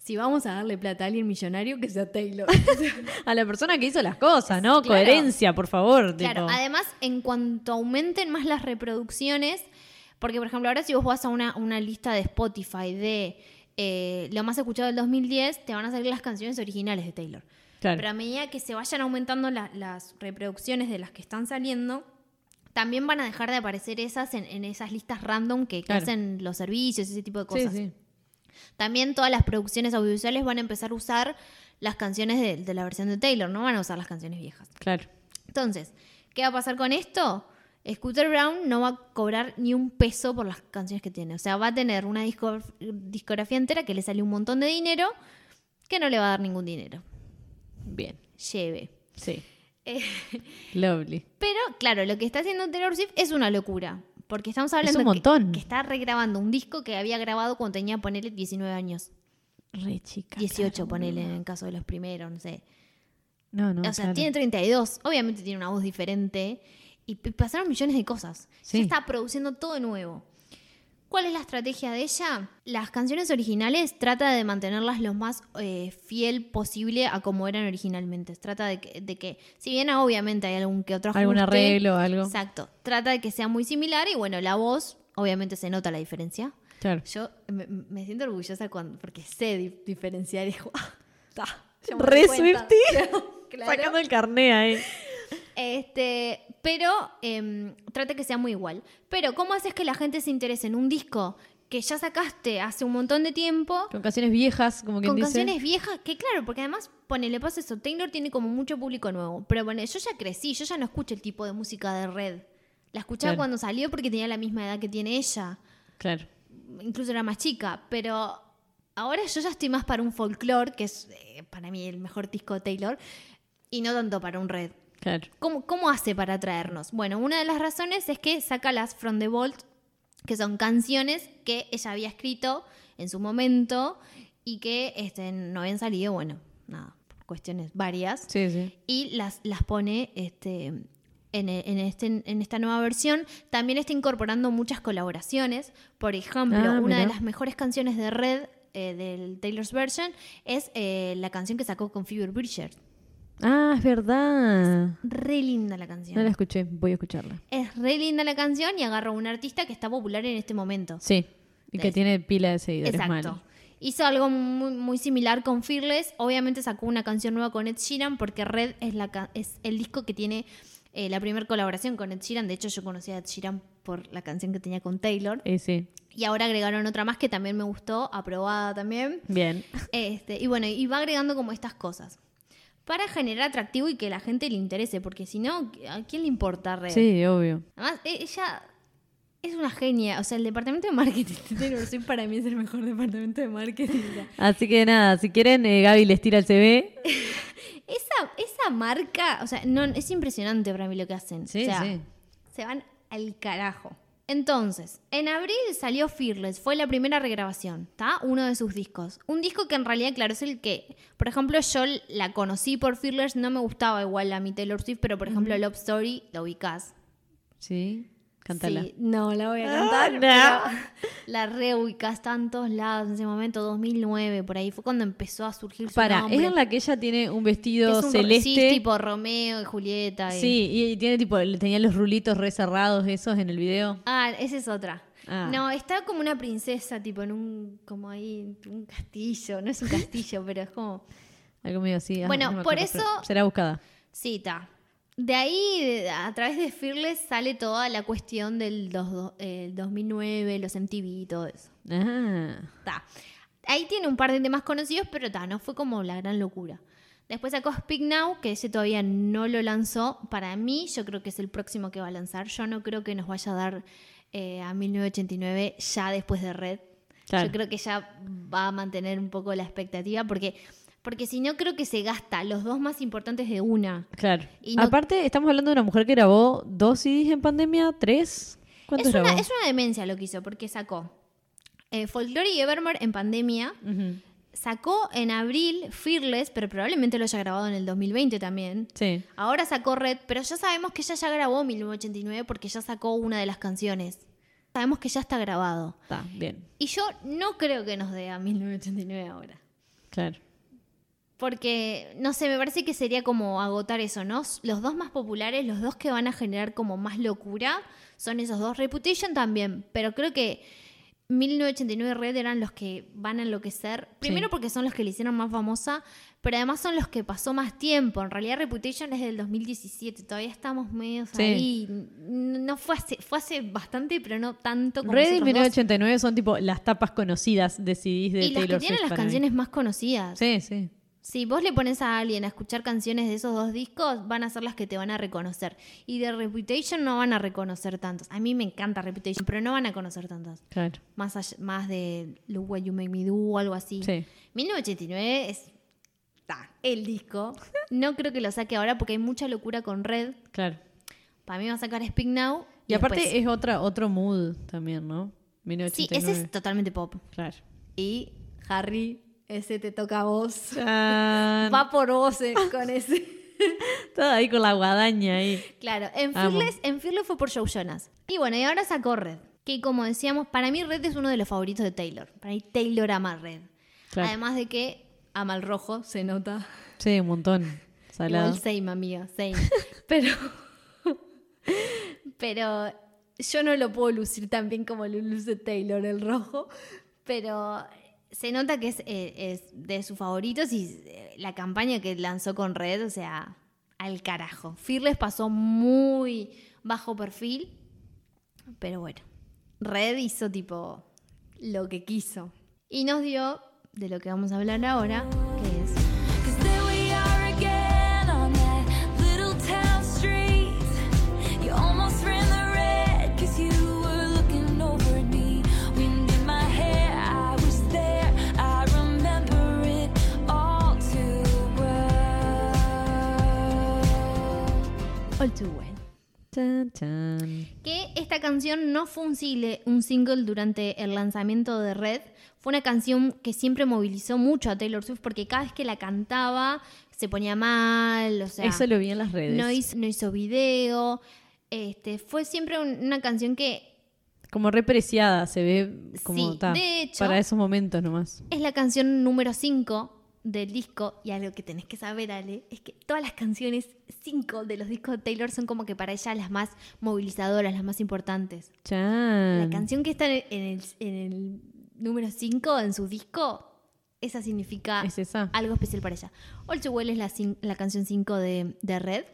S2: Si vamos a darle plata a alguien millonario, que sea Taylor.
S1: A la persona que hizo las cosas, ¿no?
S2: Claro.
S1: Coherencia, por favor.
S2: Claro,
S1: tipo.
S2: además, en cuanto aumenten más las reproducciones, porque por ejemplo, ahora si vos vas a una, una lista de Spotify de eh, lo más escuchado del 2010, te van a salir las canciones originales de Taylor.
S1: Claro.
S2: Pero a medida que se vayan aumentando la- las reproducciones de las que están saliendo, también van a dejar de aparecer esas en, en esas listas random que, que
S1: Claro.
S2: hacen los servicios, ese tipo de
S1: Sí,
S2: cosas.
S1: sí.
S2: También todas las producciones audiovisuales van a empezar a usar las canciones de, de la versión de Taylor, no van a usar las canciones viejas.
S1: Claro.
S2: Entonces, ¿Qué va a pasar con esto? Scooter Brown no va a cobrar ni un peso por las canciones que tiene. O sea, va a tener una disco- discografía entera que le sale un montón de dinero que no le va a dar ningún dinero.
S1: Bien,
S2: Lleve.
S1: sí.
S2: Eh,
S1: Lovely.
S2: pero claro, lo que está haciendo Taylor Swift es una locura. Porque estamos hablando
S1: un
S2: que-
S1: montón.
S2: Que, está regrabando un disco que había grabado cuando tenía, ponele, 19 años.
S1: Re chica.
S2: 18,
S1: claro.
S2: ponele, en el caso de los primeros, no sé.
S1: No, no.
S2: o sea,
S1: Ah, claro.
S2: tiene 32. Obviamente tiene una voz diferente. Y p- pasaron millones de cosas.
S1: Sí.
S2: Se está produciendo todo nuevo. ¿Cuál es la estrategia de ella? Las canciones originales trata de mantenerlas lo más eh, fiel posible a como eran originalmente. Trata de que, de que, si bien obviamente hay algún que otro
S1: Algún
S2: ajuste,
S1: arreglo, algo.
S2: Exacto. Trata de que sea muy similar y bueno, la voz, obviamente se nota la diferencia.
S1: Claro.
S2: Yo me, me siento orgullosa cuando, porque sé di- diferenciar y digo, "Ah, ta, ya me
S1: Re
S2: di cuenta".
S1: Swifty.
S2: Claro.
S1: Sacando el carné ahí.
S2: Este, pero em, trata que sea muy igual. Pero, ¿cómo haces que la gente se interese en un disco que ya sacaste hace un montón de tiempo?
S1: Con canciones viejas, como quien
S2: Con
S1: dice.
S2: canciones viejas, que claro, porque además, ponele pasa eso, Taylor tiene como mucho público nuevo. Pero bueno, yo ya crecí, yo ya no escucho el tipo de música de red. La escuchaba
S1: Claro.
S2: cuando salió porque tenía la misma edad que tiene ella.
S1: Claro.
S2: Incluso era más chica, pero ahora yo ya estoy más para un folklore, que es eh, para mí el mejor disco de Taylor, y no tanto para un red.
S1: Claro.
S2: ¿Cómo, cómo hace para atraernos? Bueno, una de las razones es que saca las From the Vault, que son canciones que ella había escrito en su momento y que este, no habían salido, bueno, nada, por cuestiones varias.
S1: Sí, sí.
S2: Y las, las pone este, en, e- en este, en esta nueva versión. También está incorporando muchas colaboraciones. Por ejemplo,
S1: Ah,
S2: una de
S1: mirá.
S2: las mejores canciones de Red eh, del Taylor's Version es eh, la canción que sacó con Phoebe Bridgers.
S1: Ah, es verdad.
S2: Re linda la canción.
S1: No la escuché. Voy a escucharla.
S2: Es re linda la canción y agarró un artista que está popular en este momento.
S1: Sí. Y que
S2: Es-
S1: tiene pila de seguidores. Miley.
S2: Hizo algo muy, muy similar con Fearless. Obviamente sacó una canción nueva con Ed Sheeran porque Red es, la, ca- es el disco que tiene eh, la primera colaboración con Ed Sheeran. De hecho, yo conocí a Ed Sheeran por la canción que tenía con Taylor.
S1: Eh, sí.
S2: Y ahora agregaron otra más que también me gustó, aprobada también.
S1: Bien.
S2: Este, y bueno, y va agregando como estas cosas. Para generar atractivo y que la gente le interese, porque si no, ¿a quién le importa Red?
S1: Sí, obvio.
S2: Además, e- ella es una genia. O sea, el departamento de marketing de Taylor Swift para mí es el mejor departamento de marketing. O sea,
S1: Así que nada, si quieren, eh, Gaby les tira el CV.
S2: Esa, esa marca, o sea, no, es impresionante para mí lo que hacen.
S1: Sí,
S2: o sea,
S1: sí.
S2: Se van al carajo. Entonces, en abril salió Fearless, fue la primera regrabación, ¿está? Uno de sus discos. Un disco que en realidad, claro, es el que, por ejemplo, yo la conocí por Fearless, no me gustaba igual a mi Taylor Swift, pero por ejemplo, Love Story, lo ubicás.
S1: Sí. Cántala.
S2: Sí, no, la voy a
S1: Ah,
S2: cantar.
S1: no.
S2: pero La reubicás está en todos lados en ese momento, 2009, por ahí fue cuando empezó a surgir su
S1: Para,
S2: nombre.
S1: es en la que ella tiene un
S2: Que
S1: vestido
S2: es un ro-
S1: celeste.
S2: sí, tipo Romeo y Julieta. y-
S1: Sí, y, y tiene tipo, le- tenía los rulitos re cerrados esos en el video.
S2: Ah, esa es otra.
S1: Ah.
S2: No, está como una princesa, tipo en un, como ahí, un castillo. No es un castillo, pero es como...
S1: Algo medio así. ah,
S2: Bueno,
S1: no me
S2: por
S1: acuerdo,
S2: eso-
S1: pero Será buscada.
S2: Cita. De ahí, de- a través de Fearless, sale toda la cuestión del dos- do- el 2009, los MTV y todo eso.
S1: Ah,
S2: Ta. Ahí tiene un par de temas conocidos, pero ta, no fue como la gran locura. Después sacó Speak Now, que ese todavía no lo lanzó. Para mí, yo creo que es el próximo que va a lanzar. Yo no creo que nos vaya a dar eh, a 1989 ya después de Red.
S1: Claro.
S2: Yo creo que ya va a mantener un poco la expectativa, porque, porque si no, creo que se gasta los dos más importantes de una.
S1: claro.
S2: Y no-
S1: Aparte, estamos hablando de una mujer que grabó dos CDs en pandemia, tres. ¿Cuántos
S2: Es una,
S1: grabó?
S2: es una demencia lo que hizo, porque sacó eh, Folklore y Evermore en pandemia.
S1: Ujú.
S2: Sacó en abril Fearless, pero probablemente lo haya grabado en el 2020 también.
S1: Sí.
S2: Ahora sacó Red, pero ya sabemos que ella ya grabó 1989 porque ya sacó una de las canciones. Sabemos que ya está grabado.
S1: Está, bien.
S2: Y yo no creo que nos dé a 1989 ahora.
S1: Claro.
S2: Porque, no sé, me parece que sería como agotar eso, ¿no? Los dos más populares, los dos que van a generar como más locura, son esos dos. Reputation también, pero creo que 1989 y Red eran los que van a enloquecer. Primero
S1: Sí.
S2: porque son los que le hicieron más famosa, pero además son los que pasó más tiempo. En realidad Reputation es del 2017, todavía estamos medio
S1: Sí.
S2: ahí. N- No fue hace, fue hace bastante, pero no tanto como
S1: Red
S2: los
S1: y
S2: otros
S1: 1989 son tipo las tapas conocidas de CDs de
S2: dos. Y las
S1: Taylor
S2: que tienen
S1: Swift para
S2: las
S1: mí.
S2: canciones más conocidas.
S1: Sí, sí.
S2: Si vos le pones a alguien a escuchar canciones de esos dos discos, van a ser las que te van a reconocer. Y de Reputation no van a reconocer tantas. A mí me encanta Reputation, pero no van a conocer tantas.
S1: Claro.
S2: Más, allá- más de Look What You Make Me Do o algo así.
S1: Sí.
S2: 1989 es ta, el disco. No creo que lo saque ahora porque hay mucha locura con Red.
S1: Claro.
S2: Para mí va a sacar Speak Now.
S1: Y, aparte
S2: después-
S1: es otra, otro mood también, ¿no?
S2: Sí,
S1: 1989.
S2: ese es totalmente pop.
S1: Claro.
S2: Y Harry, ese te toca a vos.
S1: Chan.
S2: Va por vos eh, con ese.
S1: Todo ahí con la guadaña ahí.
S2: Claro, en
S1: Amo.
S2: Fearless, en Fearless fue por Joe Jonas. Y bueno, y ahora sacó Red. Que como decíamos, para mí Red es uno de los favoritos de Taylor. Para mí Taylor ama Red.
S1: Claro.
S2: Además de que ama el rojo, se nota.
S1: Sí, un montón. Salado.
S2: Igual same, amiga, same. Pero, pero yo no lo puedo lucir tan bien como lo luce Taylor, el rojo. Pero se nota que es, eh, es de sus favoritos y eh, la campaña que lanzó con Red, o sea, al carajo. Fearless pasó muy bajo perfil, pero bueno, Red hizo tipo lo que quiso. Y nos dio de lo que vamos a hablar ahora, que es
S3: Cause there we are again on that little town street. You almost ran the red, cause you were looking over at me. Wind in my hair, I was there. I remember it all too well.
S2: All Too Well.
S1: Chan, chan.
S2: que esta canción no fue un single, un single durante el lanzamiento de Red. Fue una canción que siempre movilizó mucho a Taylor Swift porque cada vez que la cantaba se ponía mal, o sea,
S1: Eso lo vi en las redes.
S2: no, hizo, no hizo video. Este, fue siempre un- una canción que
S1: Como repreciada, se ve como
S2: Sí,
S1: ta,
S2: de hecho-
S1: para esos momentos nomás.
S2: es la canción número 5 del disco y algo que tenés que saber, Ale, es que todas las canciones 5 de los discos de Taylor son como que para ella las más movilizadoras, las más importantes. La
S1: Chan.
S2: canción que está en el, en el número 5 en su disco, esa significa
S1: Es esa.
S2: algo especial para ella. All Too Well es la, cin- la canción 5 de, de Red.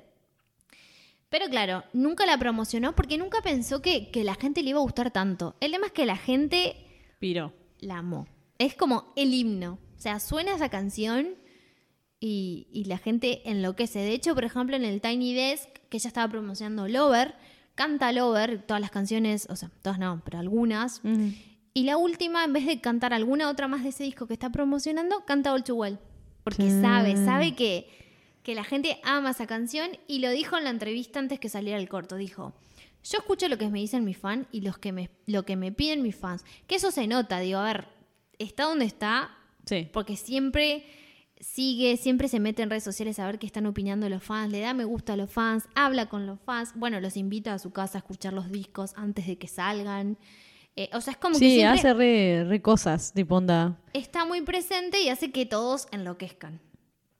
S2: Pero claro, nunca la promocionó porque nunca pensó que, que la gente le iba a gustar tanto. El tema es que la gente
S1: Piro.
S2: la amó. Es como el himno. O sea, suena esa canción y, y la gente enloquece. De hecho, por ejemplo, en el Tiny Desk, que ella estaba promocionando Lover, canta Lover, todas las canciones, o sea, todas no, pero algunas.
S1: Mm.
S2: Y la última, en vez de cantar alguna otra más de ese disco que está promocionando, canta All Too Well. Porque sabe, sabe que, que la gente ama esa canción y lo dijo en la entrevista antes que saliera el corto. Dijo, yo escucho lo que me dicen mis fans y los que me, lo que me piden mis fans. Que eso se nota, digo, a ver, está donde está,
S1: Sí.
S2: porque siempre sigue, siempre se mete en redes sociales a ver qué están opinando los fans, le da me gusta a los fans, habla con los fans, bueno, los invita a su casa a escuchar los discos antes de que salgan. Eh, o sea, es como que
S1: Sí,
S2: siempre
S1: hace re, re cosas, tipo onda.
S2: está muy presente y hace que todos enloquezcan.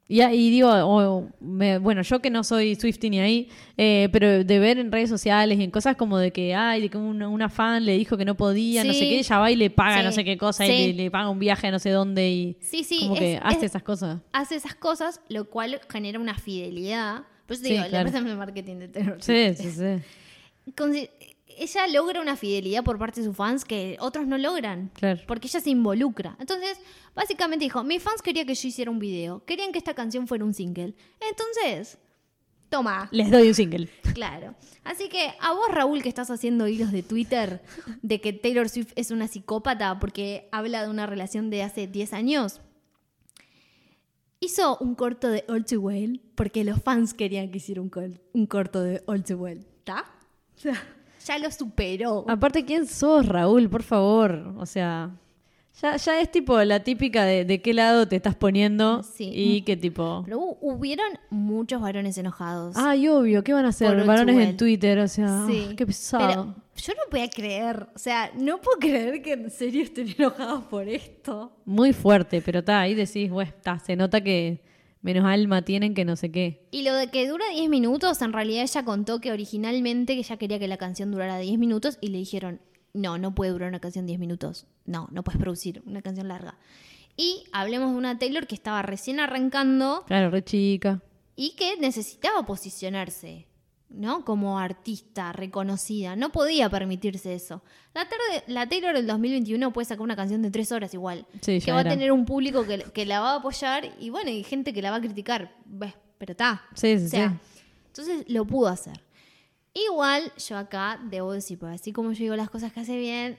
S1: Y, a- y digo, o- me- bueno, yo que no soy Swiftie ni ahí, eh, pero de ver en redes sociales y en cosas como de que, ay, de que una, una fan le dijo que no podía, no sé
S2: Sí.
S1: qué, ella va y le paga
S2: Sí.
S1: no sé qué cosa,
S2: Sí.
S1: y le, le paga un viaje a no sé dónde, y
S2: Sí, sí,
S1: como
S2: es-
S1: que hace
S2: es-
S1: esas cosas.
S2: Hace esas cosas, lo cual genera una fidelidad. Por eso te
S1: Sí,
S2: digo, la
S1: claro.
S2: empresa de marketing de Taylor
S1: Sí,
S2: Swift.
S1: sí, sí.
S2: Consi- Ella logra una fidelidad por parte de sus fans que otros no logran.
S1: Claro.
S2: Porque ella se involucra. Entonces, básicamente dijo, mis fans querían que yo hiciera un video. Querían que esta canción fuera un single. Entonces, toma.
S1: Les doy un single.
S2: Claro. Así que a vos, Raúl, que estás haciendo hilos de Twitter de que Taylor Swift es una psicópata porque habla de una relación de hace 10 años. Hizo un corto de All Too Well porque los fans querían que hiciera un, col- un corto de All Too Well. ¿Está? O sea, ya lo superó.
S1: Aparte, ¿quién sos, Raúl? Por favor. O sea, ya, ya es tipo la típica de, de qué lado te estás poniendo
S2: Sí.
S1: y qué tipo.
S2: Pero hu- hubieron muchos varones enojados.
S1: Ay, obvio, ¿qué van a
S2: Por
S1: hacer?
S2: el
S1: Varones
S2: Chuel.
S1: en Twitter, o sea,
S2: Sí.
S1: Ah, qué pesado.
S2: Pero yo no podía creer, o sea, no puedo creer que en serio estén enojados por esto.
S1: Muy fuerte, pero está, ahí decís, bueno, está, se nota que menos alma tienen que no sé qué.
S2: Y lo de que dura 10 minutos, en realidad ella contó que originalmente que ella quería que la canción durara 10 minutos y le dijeron, no, no puede durar una canción 10 minutos. No, no puedes producir una canción larga. Y hablemos de una Taylor que estaba recién arrancando
S1: Claro, re chica.
S2: y que necesitaba posicionarse. ¿no? Como artista reconocida. No podía permitirse eso. La, tarde, la Taylor del 2021 puede sacar una canción de tres horas igual.
S1: Sí,
S2: que
S1: ya
S2: va
S1: era.
S2: a tener un público que, que la va a apoyar y bueno, y gente que la va a criticar. Beh, pero está.
S1: Sí, sí,
S2: O sea,
S1: sí.
S2: entonces lo pudo hacer. Igual yo acá debo decir, porque así como yo digo las cosas que hace bien,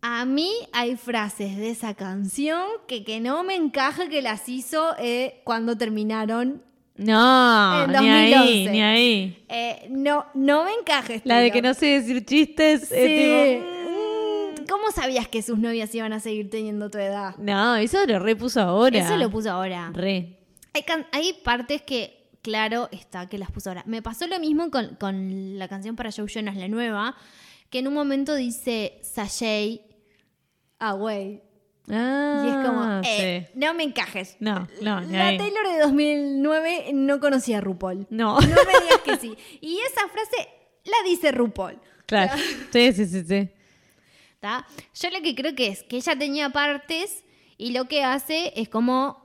S2: a mí hay frases de esa canción que, que no me encaja que las hizo eh, cuando terminaron.
S1: No,
S2: En
S1: ni ahí,
S2: 2011.
S1: ni ahí.
S2: Eh, no, no me encaja.
S1: La de
S2: Taylor.
S1: que no sé decir chistes.
S2: Sí.
S1: es tipo,
S2: Mm, ¿Cómo sabías que sus novias iban a seguir teniendo tu edad?
S1: no, eso lo repuso ahora.
S2: Eso lo puso ahora.
S1: Re.
S2: Hay, can- hay partes que, claro, está que las puso ahora. Me pasó lo mismo con, con la canción para Joe Jonas, la nueva, que en un momento dice Sashay Away.
S1: Ah,
S2: Y es como,
S1: sí.
S2: eh, no me encajes.
S1: No, no, ni
S2: La
S1: ahí.
S2: Taylor de 2009 no conocía a RuPaul.
S1: No,
S2: No me digas que sí. Y esa frase la dice RuPaul.
S1: claro. Sí, sí, sí, sí.
S2: ¿tá? Yo lo que creo que es que ella tenía partes y lo que hace es como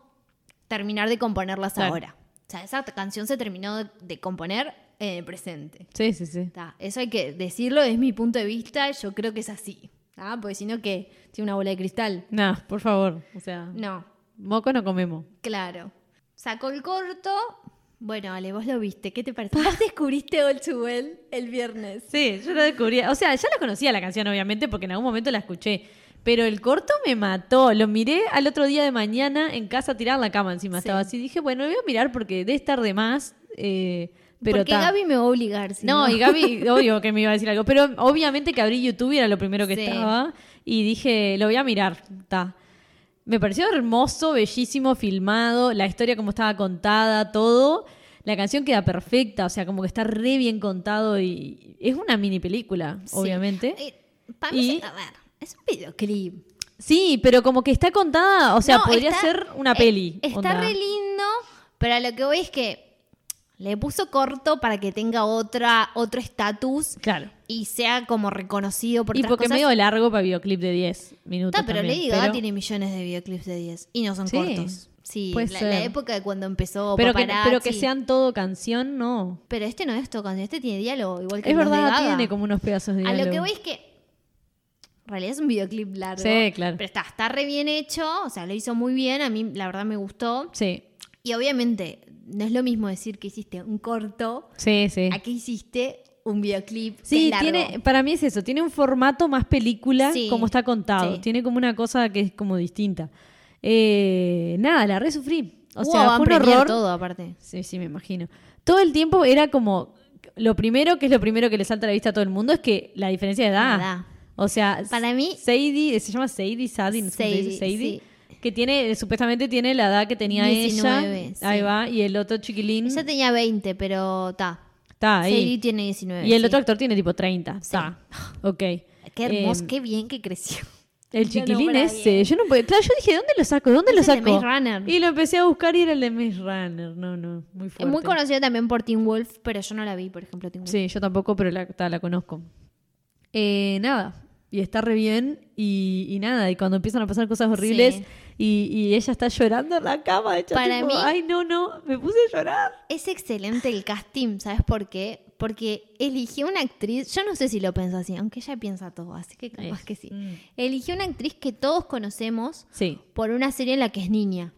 S2: terminar de componerlas
S1: Claro.
S2: ahora. O sea, esa t- canción se terminó de, de componer en el presente.
S1: Sí, sí, sí.
S2: ¿tá? Eso hay que decirlo, es mi punto de vista, yo creo que es así. ¿tá? Porque si no, que tiene una bola de cristal.
S1: No, por favor. O sea,
S2: No,
S1: moco no comemos.
S2: claro. Sacó el corto. Bueno, Ale, vos lo viste, ¿qué te parece? Vos descubriste All Too Well el viernes.
S1: Sí, yo la descubrí. O sea, ya la conocía la canción, obviamente, porque en algún momento la escuché. Pero el corto me mató. Lo miré al otro día de mañana en casa tirada en la cama encima.
S2: Sí.
S1: Estaba así. Dije, bueno, voy a mirar porque debe estar de más. eh, pero
S2: Porque
S1: ta.
S2: Gaby me va a obligar. si
S1: No, y Gaby, obvio que me iba a decir algo. Pero obviamente que abrí YouTube y era lo primero que
S2: Sí.
S1: estaba. Y dije, lo voy a mirar. ta. Me pareció hermoso, bellísimo, filmado. La historia como estaba contada, todo. La canción queda perfecta. O sea, como que está re bien contado. Y es una mini película,
S2: Sí.
S1: obviamente.
S2: Eh, para mí,
S1: Y-
S2: es- a ver, es un videoclip.
S1: Sí, pero como que está contada. O sea,
S2: No,
S1: podría
S2: está-
S1: ser una
S2: eh,
S1: peli.
S2: Está
S1: onda.
S2: re lindo, pero a lo que voy es que le puso corto para que tenga otra, otro estatus
S1: Claro.
S2: y sea como reconocido por
S1: Y
S2: otras
S1: porque
S2: cosas.
S1: medio largo para videoclip de 10 minutos.
S2: Está, pero
S1: también,
S2: Lady Gaga
S1: pero-
S2: tiene millones de videoclips de 10 y no son
S1: Sí,
S2: cortos. Sí,
S1: puede
S2: la,
S1: ser.
S2: la época de cuando empezó
S1: pero que,
S2: Paparazzi.
S1: pero que sean todo canción, no.
S2: Pero este no es todo canción, este tiene diálogo, igual que
S1: Es
S2: los de
S1: verdad,
S2: Gaga.
S1: tiene como unos pedazos de
S2: A lo
S1: diálogo.
S2: que voy es que. En realidad es un videoclip largo.
S1: Sí, claro.
S2: Pero está, está re bien hecho, o sea, lo hizo muy bien, a mí la verdad me gustó.
S1: Sí,
S2: Y obviamente no es lo mismo decir que hiciste un corto
S1: sí, sí.
S2: a que hiciste un videoclip. que es
S1: Sí,
S2: largo.
S1: tiene, para mí es eso, tiene un formato más película
S2: Sí,
S1: como está contado,
S2: sí.
S1: tiene como una cosa que es como distinta. Eh, nada, la re sufrí. O
S2: Hubo
S1: sea, fue
S2: Van
S1: un
S2: Premier
S1: horror.
S2: todo aparte.
S1: Sí, sí, me imagino. Todo el tiempo era como, lo primero que es lo primero que le salta a la vista a todo el mundo es que la diferencia de edad.
S2: Edad.
S1: O sea,
S2: Para mí-
S1: Sadie, eh, se llama Sadie, Sadie, no sé cómo se dice,
S2: Sadie,
S1: Sadie, que tiene, eh, supuestamente tiene la edad que tenía
S2: 19,
S1: ella. Ahí
S2: sí.
S1: va, y el otro chiquilín.
S2: Ella tenía 20, pero está.
S1: Está Mm. ahí.
S2: Sadie tiene 19.
S1: Y el
S2: sí.
S1: otro actor tiene tipo 30. Está. Ok.
S2: Qué hermoso,
S1: Eh,
S2: qué bien que creció.
S1: El
S2: Lo
S1: chiquilín
S2: nombra
S1: ese.
S2: bien.
S1: Yo no podía- Claro, yo dije, ¿dónde lo saco? ¿Dónde
S2: Es
S1: lo
S2: el de
S1: saco?
S2: Maze Runner.
S1: Y lo empecé a buscar y era el de Maze Runner. No, no. Muy fuerte.
S2: Muy conocido también por Teen Wolf, pero yo no la vi, por ejemplo, Teen Wolf.
S1: Sí, yo tampoco, pero la, ta, la conozco. Eh, nada. Y está re bien. Y, y nada. Y cuando empiezan a pasar cosas horribles.
S2: Sí.
S1: Y, y ella está llorando en la cama. hecha
S2: Para
S1: tipo,
S2: mí-
S1: Ay, no, no. Me puse a llorar.
S2: Es excelente el casting, ¿sabes por qué? Porque eligió una actriz, yo no sé si lo pensó así, aunque ella piensa todo, así que capaz
S1: Eh,
S2: que sí.
S1: mm.
S2: Eligió una actriz que todos conocemos
S1: Sí.
S2: por una serie en la que es niña.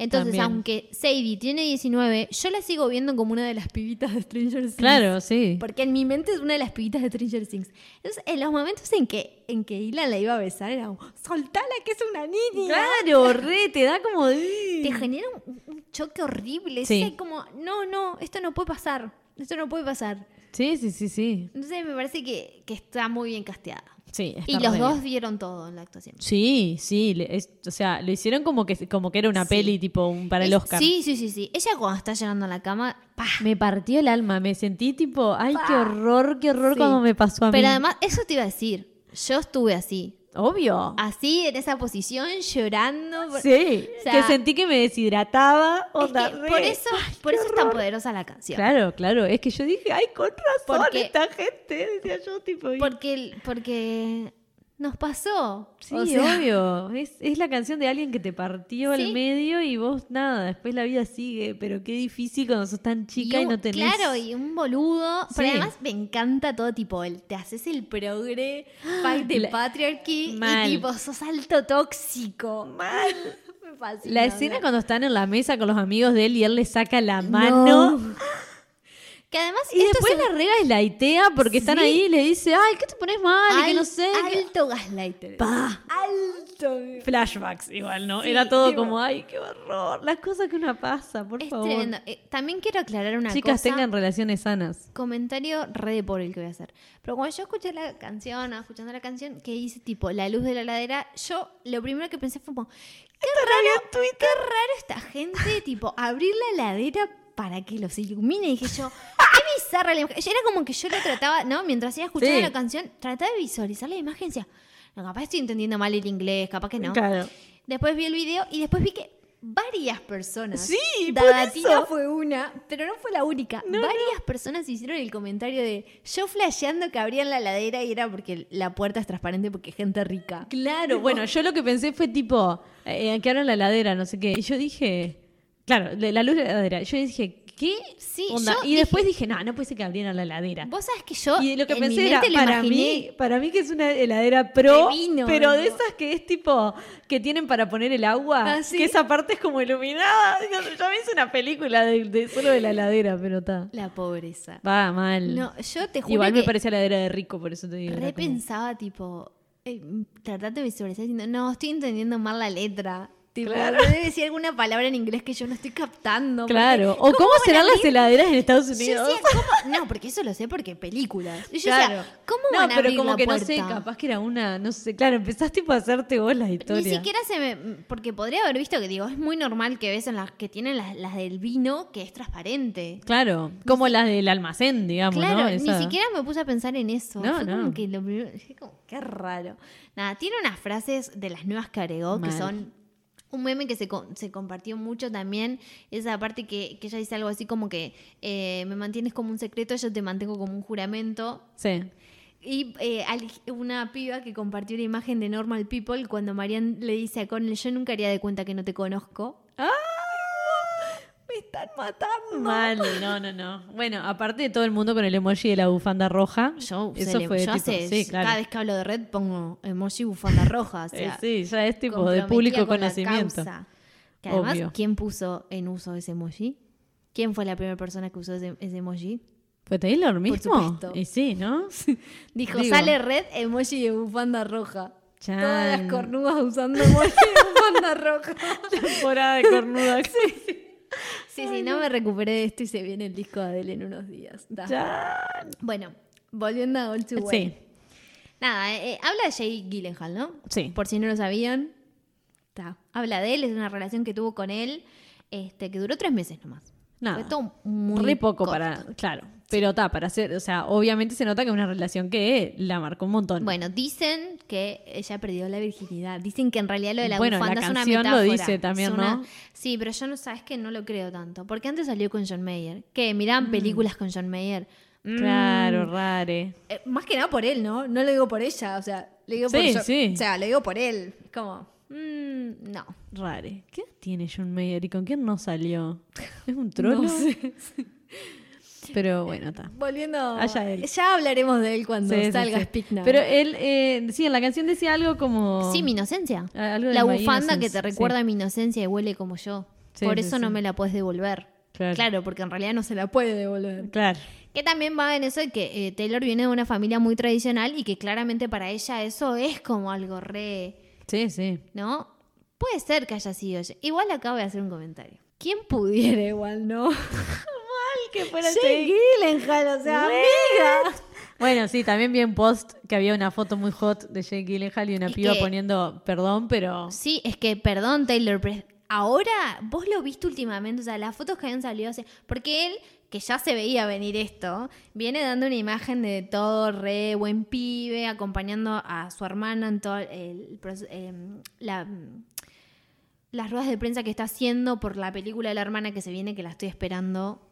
S2: Entonces,
S1: También.
S2: aunque Sadie tiene 19, yo la sigo viendo como una de las pibitas de Stranger Things.
S1: Claro, sí.
S2: Porque en mi mente es una de las pibitas de Stranger Things. Entonces, en los momentos en que, en que Ilan la iba a besar, era como, soltala que es una niña.
S1: Claro, re. Te da como... de-
S2: te genera un, un choque horrible.
S1: Sí.
S2: Es como, no, no, esto no puede pasar. Esto no puede pasar.
S1: Sí, sí, sí, sí.
S2: Entonces me parece que, que está muy bien casteada.
S1: Sí, está re
S2: y los
S1: bien.
S2: dos vieron todo en la actuación.
S1: Sí, sí, le- es- o sea, lo hicieron como que como que era una
S2: Sí.
S1: peli tipo un- para el
S2: Es-
S1: Oscar.
S2: Sí, sí, sí, sí. Ella cuando está llegando a la cama, pa.
S1: Me partió el alma, me sentí tipo, ay, qué horror, qué horror
S2: Sí.
S1: cuando me pasó a mí.
S2: Pero además, eso te iba a decir. Yo estuve así.
S1: obvio.
S2: Así, en esa posición, llorando. Ah, por-
S1: sí,
S2: o sea,
S1: que sentí que me deshidrataba,
S2: Es
S1: onda,
S2: que
S1: re.
S2: por eso, por eso es tan poderosa la canción.
S1: Claro, claro, es que yo dije, ay, con razón
S2: Porque-
S1: esta gente, decía yo tipo. y-
S2: Porque, porque Nos pasó.
S1: Sí,
S2: O sea,
S1: obvio. Es, es la canción de alguien que te partió al
S2: Sí.
S1: medio y vos nada, después la vida sigue, pero qué difícil cuando sos tan chica y,
S2: un-
S1: no tenés.
S2: Claro, y un boludo. Pero
S1: Sí.
S2: además me encanta todo tipo, el te haces el progre, fight the
S1: La-
S2: patriarchy
S1: Mal.
S2: y tipo, sos alto tóxico. Mal. me fascina.
S1: la
S2: o
S1: escena
S2: sea.
S1: cuando están en la mesa con los amigos de él y él le saca la mano.
S2: No. Que además
S1: Y
S2: esto
S1: después
S2: es
S1: la rega es la itea porque están
S2: Sí.
S1: ahí y le dice, ay, ¿qué te pones mal? y que
S2: al-
S1: no sé. que-
S2: Alto gaslighter.
S1: Pa.
S2: Alto.
S1: Flashbacks igual, ¿no?
S2: Sí,
S1: Era todo
S2: tipo-
S1: como, ay, qué horror. Las cosas que una pasa, por
S2: Es
S1: favor.
S2: tremendo. Eh, también quiero aclarar una
S1: Chicas,
S2: cosa.
S1: tengan relaciones sanas.
S2: Comentario re de por el que voy a hacer. Pero cuando yo escuché la canción, o escuchando la canción, que dice tipo la luz de la ladera, yo lo primero que pensé fue como, qué raro, qué raro esta gente, tipo, abrir la ladera para que los ilumine. Y dije yo, qué bizarra la imagen. Era como que yo lo trataba, ¿no? Mientras iba escuchando
S1: Sí.
S2: la canción, trataba de visualizar la imagen y decía, no, capaz estoy entendiendo mal el inglés, capaz que no.
S1: Claro.
S2: Después vi el video y después vi que varias personas.
S1: Sí, por
S2: Dadatina
S1: eso.
S2: fue una, pero no fue la única. varias personas hicieron el comentario de yo flasheando que abrían la ladera y era porque la puerta es transparente porque gente rica.
S1: Claro, bueno, yo lo que pensé fue tipo, eh, quedaron en la ladera, no sé qué. Y yo dije, claro, de la luz de la ladera. Yo dije, ¿qué?
S2: Sí,
S1: onda?
S2: yo
S1: Y después dije, no, no puede ser que abrieran la ladera.
S2: Vos sabés que yo
S1: Y lo que
S2: en mi
S1: pensé era,
S2: mente Ah, lo
S1: para
S2: imaginé.
S1: mí, para mí que es una heladera pro,
S2: De vino,
S1: pero de
S2: digo.
S1: esas que es tipo, que tienen para poner el agua,
S2: Ah, sí.
S1: que esa parte es como iluminada. Digo, Yo me hice una película de, de solo de la heladera, pero está.
S2: la pobreza.
S1: Va mal.
S2: No, yo te juro
S1: Igual me
S2: que
S1: parece heladera de rico, por eso te digo. era como-
S2: repensaba tipo eh, tratando de visualizar diciendo, no, estoy entendiendo mal la letra. Tipo,
S1: Claro.
S2: debe decir alguna palabra en inglés que yo no estoy captando. porque
S1: Claro. ¿O cómo
S2: van a
S1: serán las
S2: abrir
S1: heladeras en Estados
S2: Yo
S1: Unidos?
S2: decía, ¿cómo? No, porque eso lo sé porque películas. Y yo decía, ¿cómo
S1: no,
S2: van a
S1: pero
S2: abrir
S1: como
S2: la
S1: que
S2: puerta?
S1: no sé, capaz que era una, no sé, claro, empezás tipo a hacerte vos la historia.
S2: Ni siquiera se me... Porque podría haber visto que, digo, es muy normal que ves en las que tienen las, las del vino que es transparente.
S1: Claro, como las del almacén, digamos,
S2: Claro,
S1: ¿no?
S2: ni
S1: Esa-
S2: siquiera me puse a pensar en eso.
S1: No,
S2: Fue como
S1: no.
S2: que lo primero- dije como, qué raro. Nada, tiene unas frases de las nuevas que agregó que
S1: Mal.
S2: son un meme que se, co- se compartió mucho también. Esa parte que, que ella dice algo así como que eh, me mantienes como un secreto, yo te mantengo como un juramento.
S1: Sí.
S2: Y eh, al- una piba que compartió la imagen de Normal People cuando Marian le dice a Connell, yo nunca haría de cuenta que no te conozco.
S1: Me están matando. Mal, no, no, no. Bueno, aparte de todo el mundo con el emoji de la bufanda roja.
S2: Yo,
S1: eso
S2: cele-
S1: fue
S2: yo
S1: tipo,
S2: hace-
S1: sí, claro.
S2: cada vez que hablo de red pongo emoji bufanda roja. O sea,
S1: Eh, sí, ya es tipo de
S2: comprometida
S1: público
S2: con la
S1: conocimiento.
S2: causa. Que además,
S1: Obvio.
S2: ¿quién puso en uso ese emoji? ¿Quién fue la primera persona que usó ese, ese emoji?
S1: ¿Fue Taylor mismo?
S2: supuesto.
S1: Y sí, ¿no?
S2: Dijo,
S1: Digo.
S2: sale red emoji de bufanda roja.
S1: Chan.
S2: Todas las cornudas usando emoji de bufanda roja.
S1: Temporada de cornuda.
S2: Sí, sí, no me recuperé de esto y se viene el disco de Adele en unos días. Da.
S1: Chan.
S2: Bueno, volviendo a All Too Well.
S1: Sí.
S2: Nada, eh, eh, habla de Jay Gyllenhaal, ¿no?
S1: Sí.
S2: Por si no lo sabían. Ta. Habla de él, es una relación que tuvo con él, este, que duró tres meses nomás.
S1: Nada.
S2: Fue todo muy
S1: Re poco
S2: corto.
S1: para, claro, pero está, para hacer, o sea, obviamente se nota que es una relación que la marcó un montón.
S2: Bueno, dicen que ella perdió la virginidad. Dicen que en realidad lo de la
S1: Bueno,
S2: bufanda
S1: la
S2: es una
S1: canción lo
S2: metáfora.
S1: dice también,
S2: Es una-
S1: ¿no?
S2: Sí, pero yo no sabes que no lo creo tanto. Porque antes salió con John Mayer. Que miraban películas con John Mayer.
S1: Mm.
S2: Mm.
S1: Claro, rare.
S2: Eh, más que nada por él, ¿no? No lo digo por ella, o sea, lo digo por
S1: Sí,
S2: yo-
S1: sí.
S2: O sea, lo digo por él. Es Como, mm, no.
S1: Rare. ¿Qué edad tiene John Mayer y con quién no salió? ¿Es un trolo? Pero bueno, está.
S2: Volviendo.
S1: Allá él.
S2: Ya hablaremos de él cuando
S1: Sí, sí,
S2: salga
S1: sí.
S2: Speak Now.
S1: Pero él, eh, sí, en la canción decía algo como...
S2: sí, mi inocencia.
S1: Ah, algo de
S2: La
S1: My
S2: bufanda que
S1: Innocence,
S2: te recuerda
S1: sí.
S2: a mi inocencia y huele como yo.
S1: Sí,
S2: por
S1: sí,
S2: eso
S1: sí.
S2: no me la puedes devolver.
S1: Claro.
S2: porque en realidad no se la puede devolver.
S1: Claro.
S2: Que también va en eso de que eh, Taylor viene de una familia muy tradicional y que claramente para ella eso es como algo re.
S1: Sí, sí.
S2: ¿no? Puede ser que haya sido ella. Igual acá voy a hacer un comentario. ¿Quién pudiera igual, no?
S1: que fuera
S2: Jake Gyllenhaal, o sea, amiga.
S1: Bueno, sí, también vi un post que había una foto muy hot de Jake Gyllenhaal y una
S2: Es
S1: piba
S2: que-
S1: poniendo perdón, pero...
S2: Sí, es que, perdón, Taylor, pero ahora vos lo viste últimamente, o sea, las fotos que habían salido hace... Porque él, que ya se veía venir esto, viene dando una imagen de todo re buen pibe, acompañando a su hermana en todo el... proce- em, la, las ruedas de prensa que está haciendo por la película de la hermana que se viene, que la estoy esperando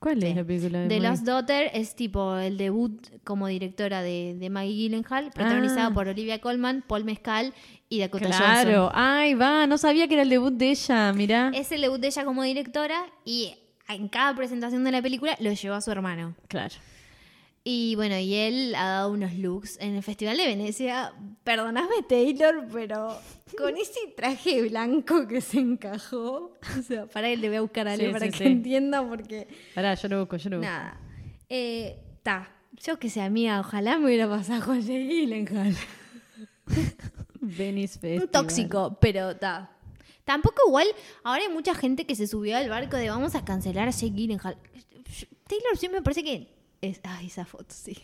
S1: ¿Cuál
S2: Sí.
S1: es la película de
S2: The
S1: Maggie?
S2: Lost Daughter es tipo el debut como directora de, de Maggie Gyllenhaal, protagonizada
S1: Ah.
S2: por Olivia Colman, Paul Mescal y Dakota Johnson.
S1: Claro, Ah. ay, va, no sabía que era el debut de ella, mirá.
S2: Es el debut de ella como directora y en cada presentación de la película lo llevó a su hermano.
S1: Claro.
S2: Y bueno, y él ha dado unos looks en el Festival de Venecia. Perdóname, Taylor, pero con ese traje blanco que se encajó. O sea, para él le voy a buscar a Ale
S1: Sí,
S2: para
S1: sí,
S2: que
S1: sí.
S2: entienda porque...
S1: Pará, yo lo busco, yo lo busco.
S2: Nada. Eh, ta. Yo que sea mía, ojalá me hubiera pasado con Jay Gyllenhaal.
S1: Venice
S2: Un
S1: Festival.
S2: tóxico, pero ta. Tampoco igual, ahora hay mucha gente que se subió al barco de vamos a cancelar a Jay Gyllenhaal. Taylor Swift me parece que... Es, ay, esa foto, sí.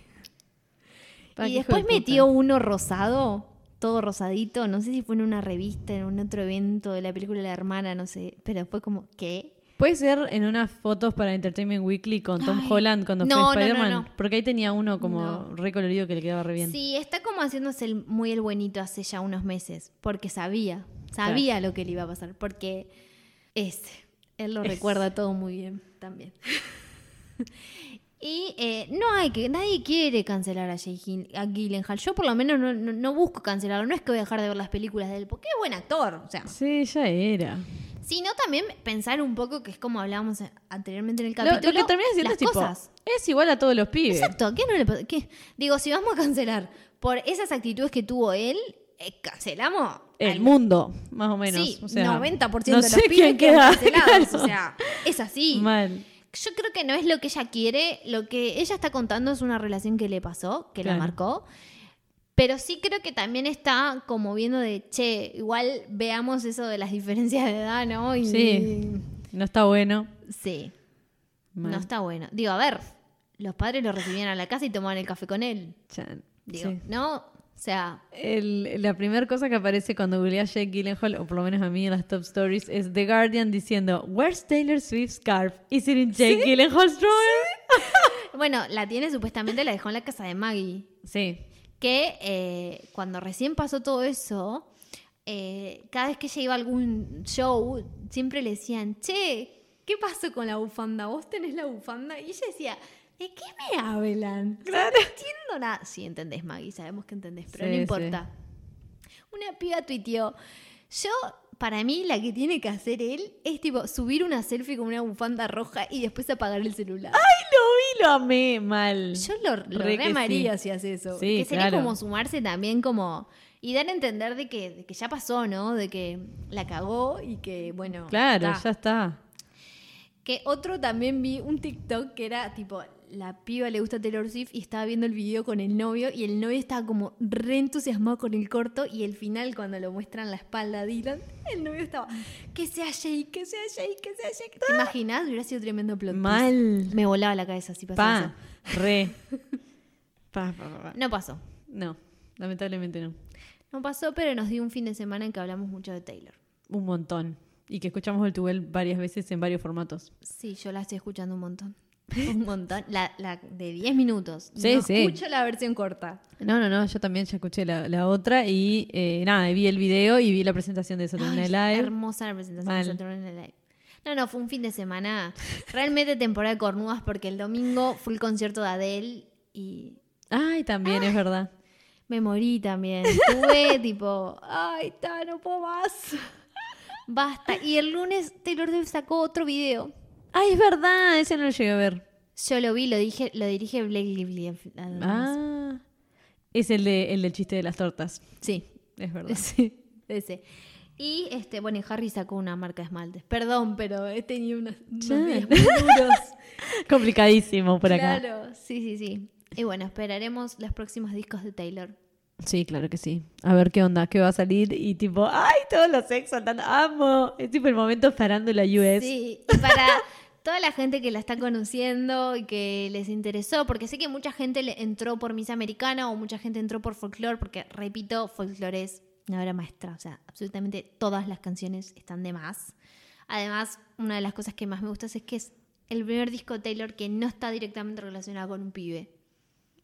S1: Pa, qué
S2: y
S1: hijo
S2: después
S1: de puta.
S2: metió uno rosado, todo rosadito, no sé si fue en una revista, en un otro evento de la película La Hermana, no sé, pero fue como, ¿qué?
S1: Puede ser en unas fotos para Entertainment Weekly con Tom
S2: Ay.
S1: Holland cuando
S2: No, no, no,
S1: fue Spider-Man.
S2: no.
S1: Porque ahí tenía uno como
S2: No.
S1: re colorido que le quedaba re bien.
S2: Sí, está como haciéndose el- muy el buenito hace ya unos meses, porque sabía, sabía lo que le iba a pasar, porque es, él lo
S1: Es.
S2: recuerda todo muy bien también. y eh, no hay que, nadie quiere cancelar a Jay Gil- a Gyllenhaal. Yo por lo menos no, no- no busco cancelarlo, no es que voy a dejar de ver las películas de él, porque es buen actor, o sea.
S1: Sí, ya era.
S2: Sino también pensar un poco que es como hablábamos anteriormente en el
S1: Lo- Lo,
S2: capítulo.
S1: que termina siendo
S2: las
S1: es tipo,
S2: cosas.
S1: es igual a todos los pibes.
S2: Exacto, ¿qué no le pa- qué? Digo, si vamos a cancelar por esas actitudes que tuvo él, eh, cancelamos
S1: El
S2: al-
S1: mundo, más o menos.
S2: Sí,
S1: o sea,
S2: 90%
S1: no
S2: de los
S1: sé
S2: pibes
S1: quién queda.
S2: quedan cancelados,
S1: Claro.
S2: o sea, es así.
S1: Mal.
S2: Yo creo que no es lo que ella quiere, lo que ella está contando es una relación que le pasó, que
S1: Claro.
S2: la marcó. Pero sí creo que también está como viendo de, che, igual veamos eso de las diferencias de edad, ¿no? Y-
S1: Sí. No está bueno.
S2: Sí.
S1: Mal.
S2: No está bueno. Digo, a ver, los padres lo recibían a la casa y tomaban el café con él.
S1: Chan.
S2: Digo,
S1: Sí.
S2: ¿no? O sea,
S1: El- la primera cosa que aparece cuando googleas Jake Gyllenhaal, o por lo menos a mí en las top stories, es The Guardian diciendo: Where's Taylor Swift's scarf? Is it in Jake Gyllenhaal's drawer?
S2: bueno, la tiene supuestamente, la dejó en la casa de Maggie.
S1: Sí.
S2: Que eh, cuando recién pasó todo eso, eh, cada vez que ella iba a algún show, siempre le decían, che, ¿qué pasó con la bufanda? ¿Vos tenés la bufanda? Y ella decía, ¿de qué me hablan? O sea, no entiendo nada. Sí, entendés, Maggie, sabemos que entendés, pero
S1: Sí,
S2: no
S1: sí.
S2: importa. Una piba tuiteó, yo... Para mí, la que tiene que hacer él es tipo subir una selfie con una bufanda roja y después apagar el celular.
S1: Lo vi, lo amé mal.
S2: Yo lo, lo
S1: Re
S2: re,
S1: que sí.
S2: amaría si haces eso.
S1: Sí,
S2: que sería
S1: claro.
S2: como sumarse también como... Y dar a entender de que, de que ya pasó, ¿no? De que la cagó y que, bueno...
S1: claro,
S2: está.
S1: ya está.
S2: Que otro también vi un TikTok que era tipo... La piba le gusta Taylor Swift y estaba viendo el video con el novio y el novio estaba como re entusiasmado con el corto y el final cuando lo muestran la espalda a Dylan, el novio estaba, que sea Jay, que sea Jay, que sea Jay. ¿Te imaginas? Hubiera sido tremendo plot. twist.
S1: Mal.
S2: Me volaba la cabeza si pasaba
S1: Pa. Re. Pa, pa, pa, pa.
S2: eso. No pasó.
S1: No, lamentablemente no.
S2: No pasó, pero nos dio un fin de semana en que hablamos mucho de Taylor.
S1: Un montón. Y que escuchamos el Tubel varias veces en varios formatos.
S2: Sí, yo la estoy escuchando un montón. Un montón. La, la de 10 minutos.
S1: Sí,
S2: no
S1: sí.
S2: escucho la versión corta.
S1: No, no, no, yo también ya escuché la, la otra y eh, nada, vi el video y vi la presentación de Saturday Night
S2: Ay,
S1: Live.
S2: Hermosa la presentación
S1: Mal.
S2: de Saturday Night Live. No, no, fue un fin de semana. Realmente temporada de cornudas porque el domingo fue el concierto de Adele y
S1: Ay, también, es verdad.
S2: me morí también. Estuve tipo, ay, ta, no puedo más. Basta. Y el lunes Taylor Swift sacó otro video.
S1: Ay, es verdad, ese no lo llegué a ver.
S2: Yo lo vi, lo dije, lo dirige Blake Lively. además.
S1: Ah, es el, de, el del chiste de las tortas.
S2: Sí,
S1: Es verdad.
S2: Ese, ese. Y este, bueno, y Harry sacó una marca de esmaltes. Perdón, pero he tenido unos, unos
S1: Chan.
S2: días muy duros.
S1: Complicadísimo por acá.
S2: claro, sí, sí, sí. Y bueno, esperaremos los próximos discos de Taylor.
S1: Sí, claro que sí. A ver qué onda, qué va a salir. Y tipo, ¡ay! Todos los ex saltando. ¡Amo! Es tipo el momento parando la US.
S2: Sí, y para toda la gente que la está conociendo y que les interesó, porque sé que mucha gente le entró por Miss Americana o mucha gente entró por Folklore, porque repito, Folklore es una obra maestra, o sea, absolutamente todas las canciones están de más. Además, una de las cosas que más me gusta es que es el primer disco de Taylor que no está directamente relacionado con un pibe.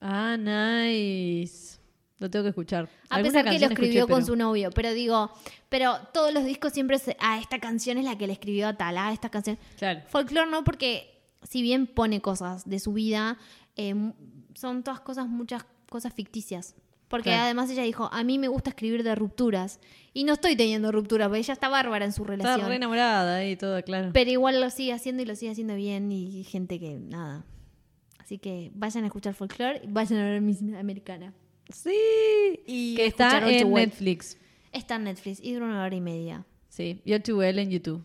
S1: Ah, nice. Lo tengo que escuchar.
S2: A
S1: Alguna
S2: pesar que lo
S1: canción
S2: escribió
S1: escuché,
S2: con
S1: pero-
S2: su novio, pero digo, pero todos "Ah, los discos siempre se, a ah, esta canción es la que le escribió a tal, a esta canción.
S1: Claro.
S2: Folklore no, porque si bien pone cosas de su vida, eh, mu- son todas cosas, muchas cosas ficticias. Porque
S1: Claro.
S2: además ella dijo, a mí me gusta escribir de rupturas. Y no estoy teniendo rupturas, porque ella está bárbara en su
S1: Está
S2: relación.
S1: re enamorada y todo, claro.
S2: Pero igual lo sigue haciendo y lo sigue haciendo bien y gente que nada. Así que vayan a escuchar folklore y vayan a ver Miss Americana.
S1: sí.
S2: Y
S1: que está
S2: escuchar All Too
S1: en
S2: Well.
S1: Netflix.
S2: Está en Netflix y dura una hora y media.
S1: Sí. Yo to Well en YouTube.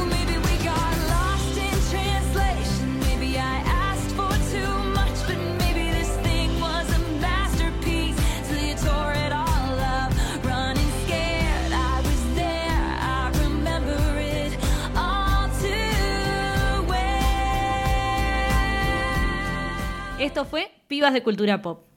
S3: Or maybe we got lost in translation. Maybe I asked for too much, but maybe this thing was a masterpiece. Till you tore it all up, running scared. I was there, I remember it all too well.
S4: Esto fue Pibas de Cultura Pop.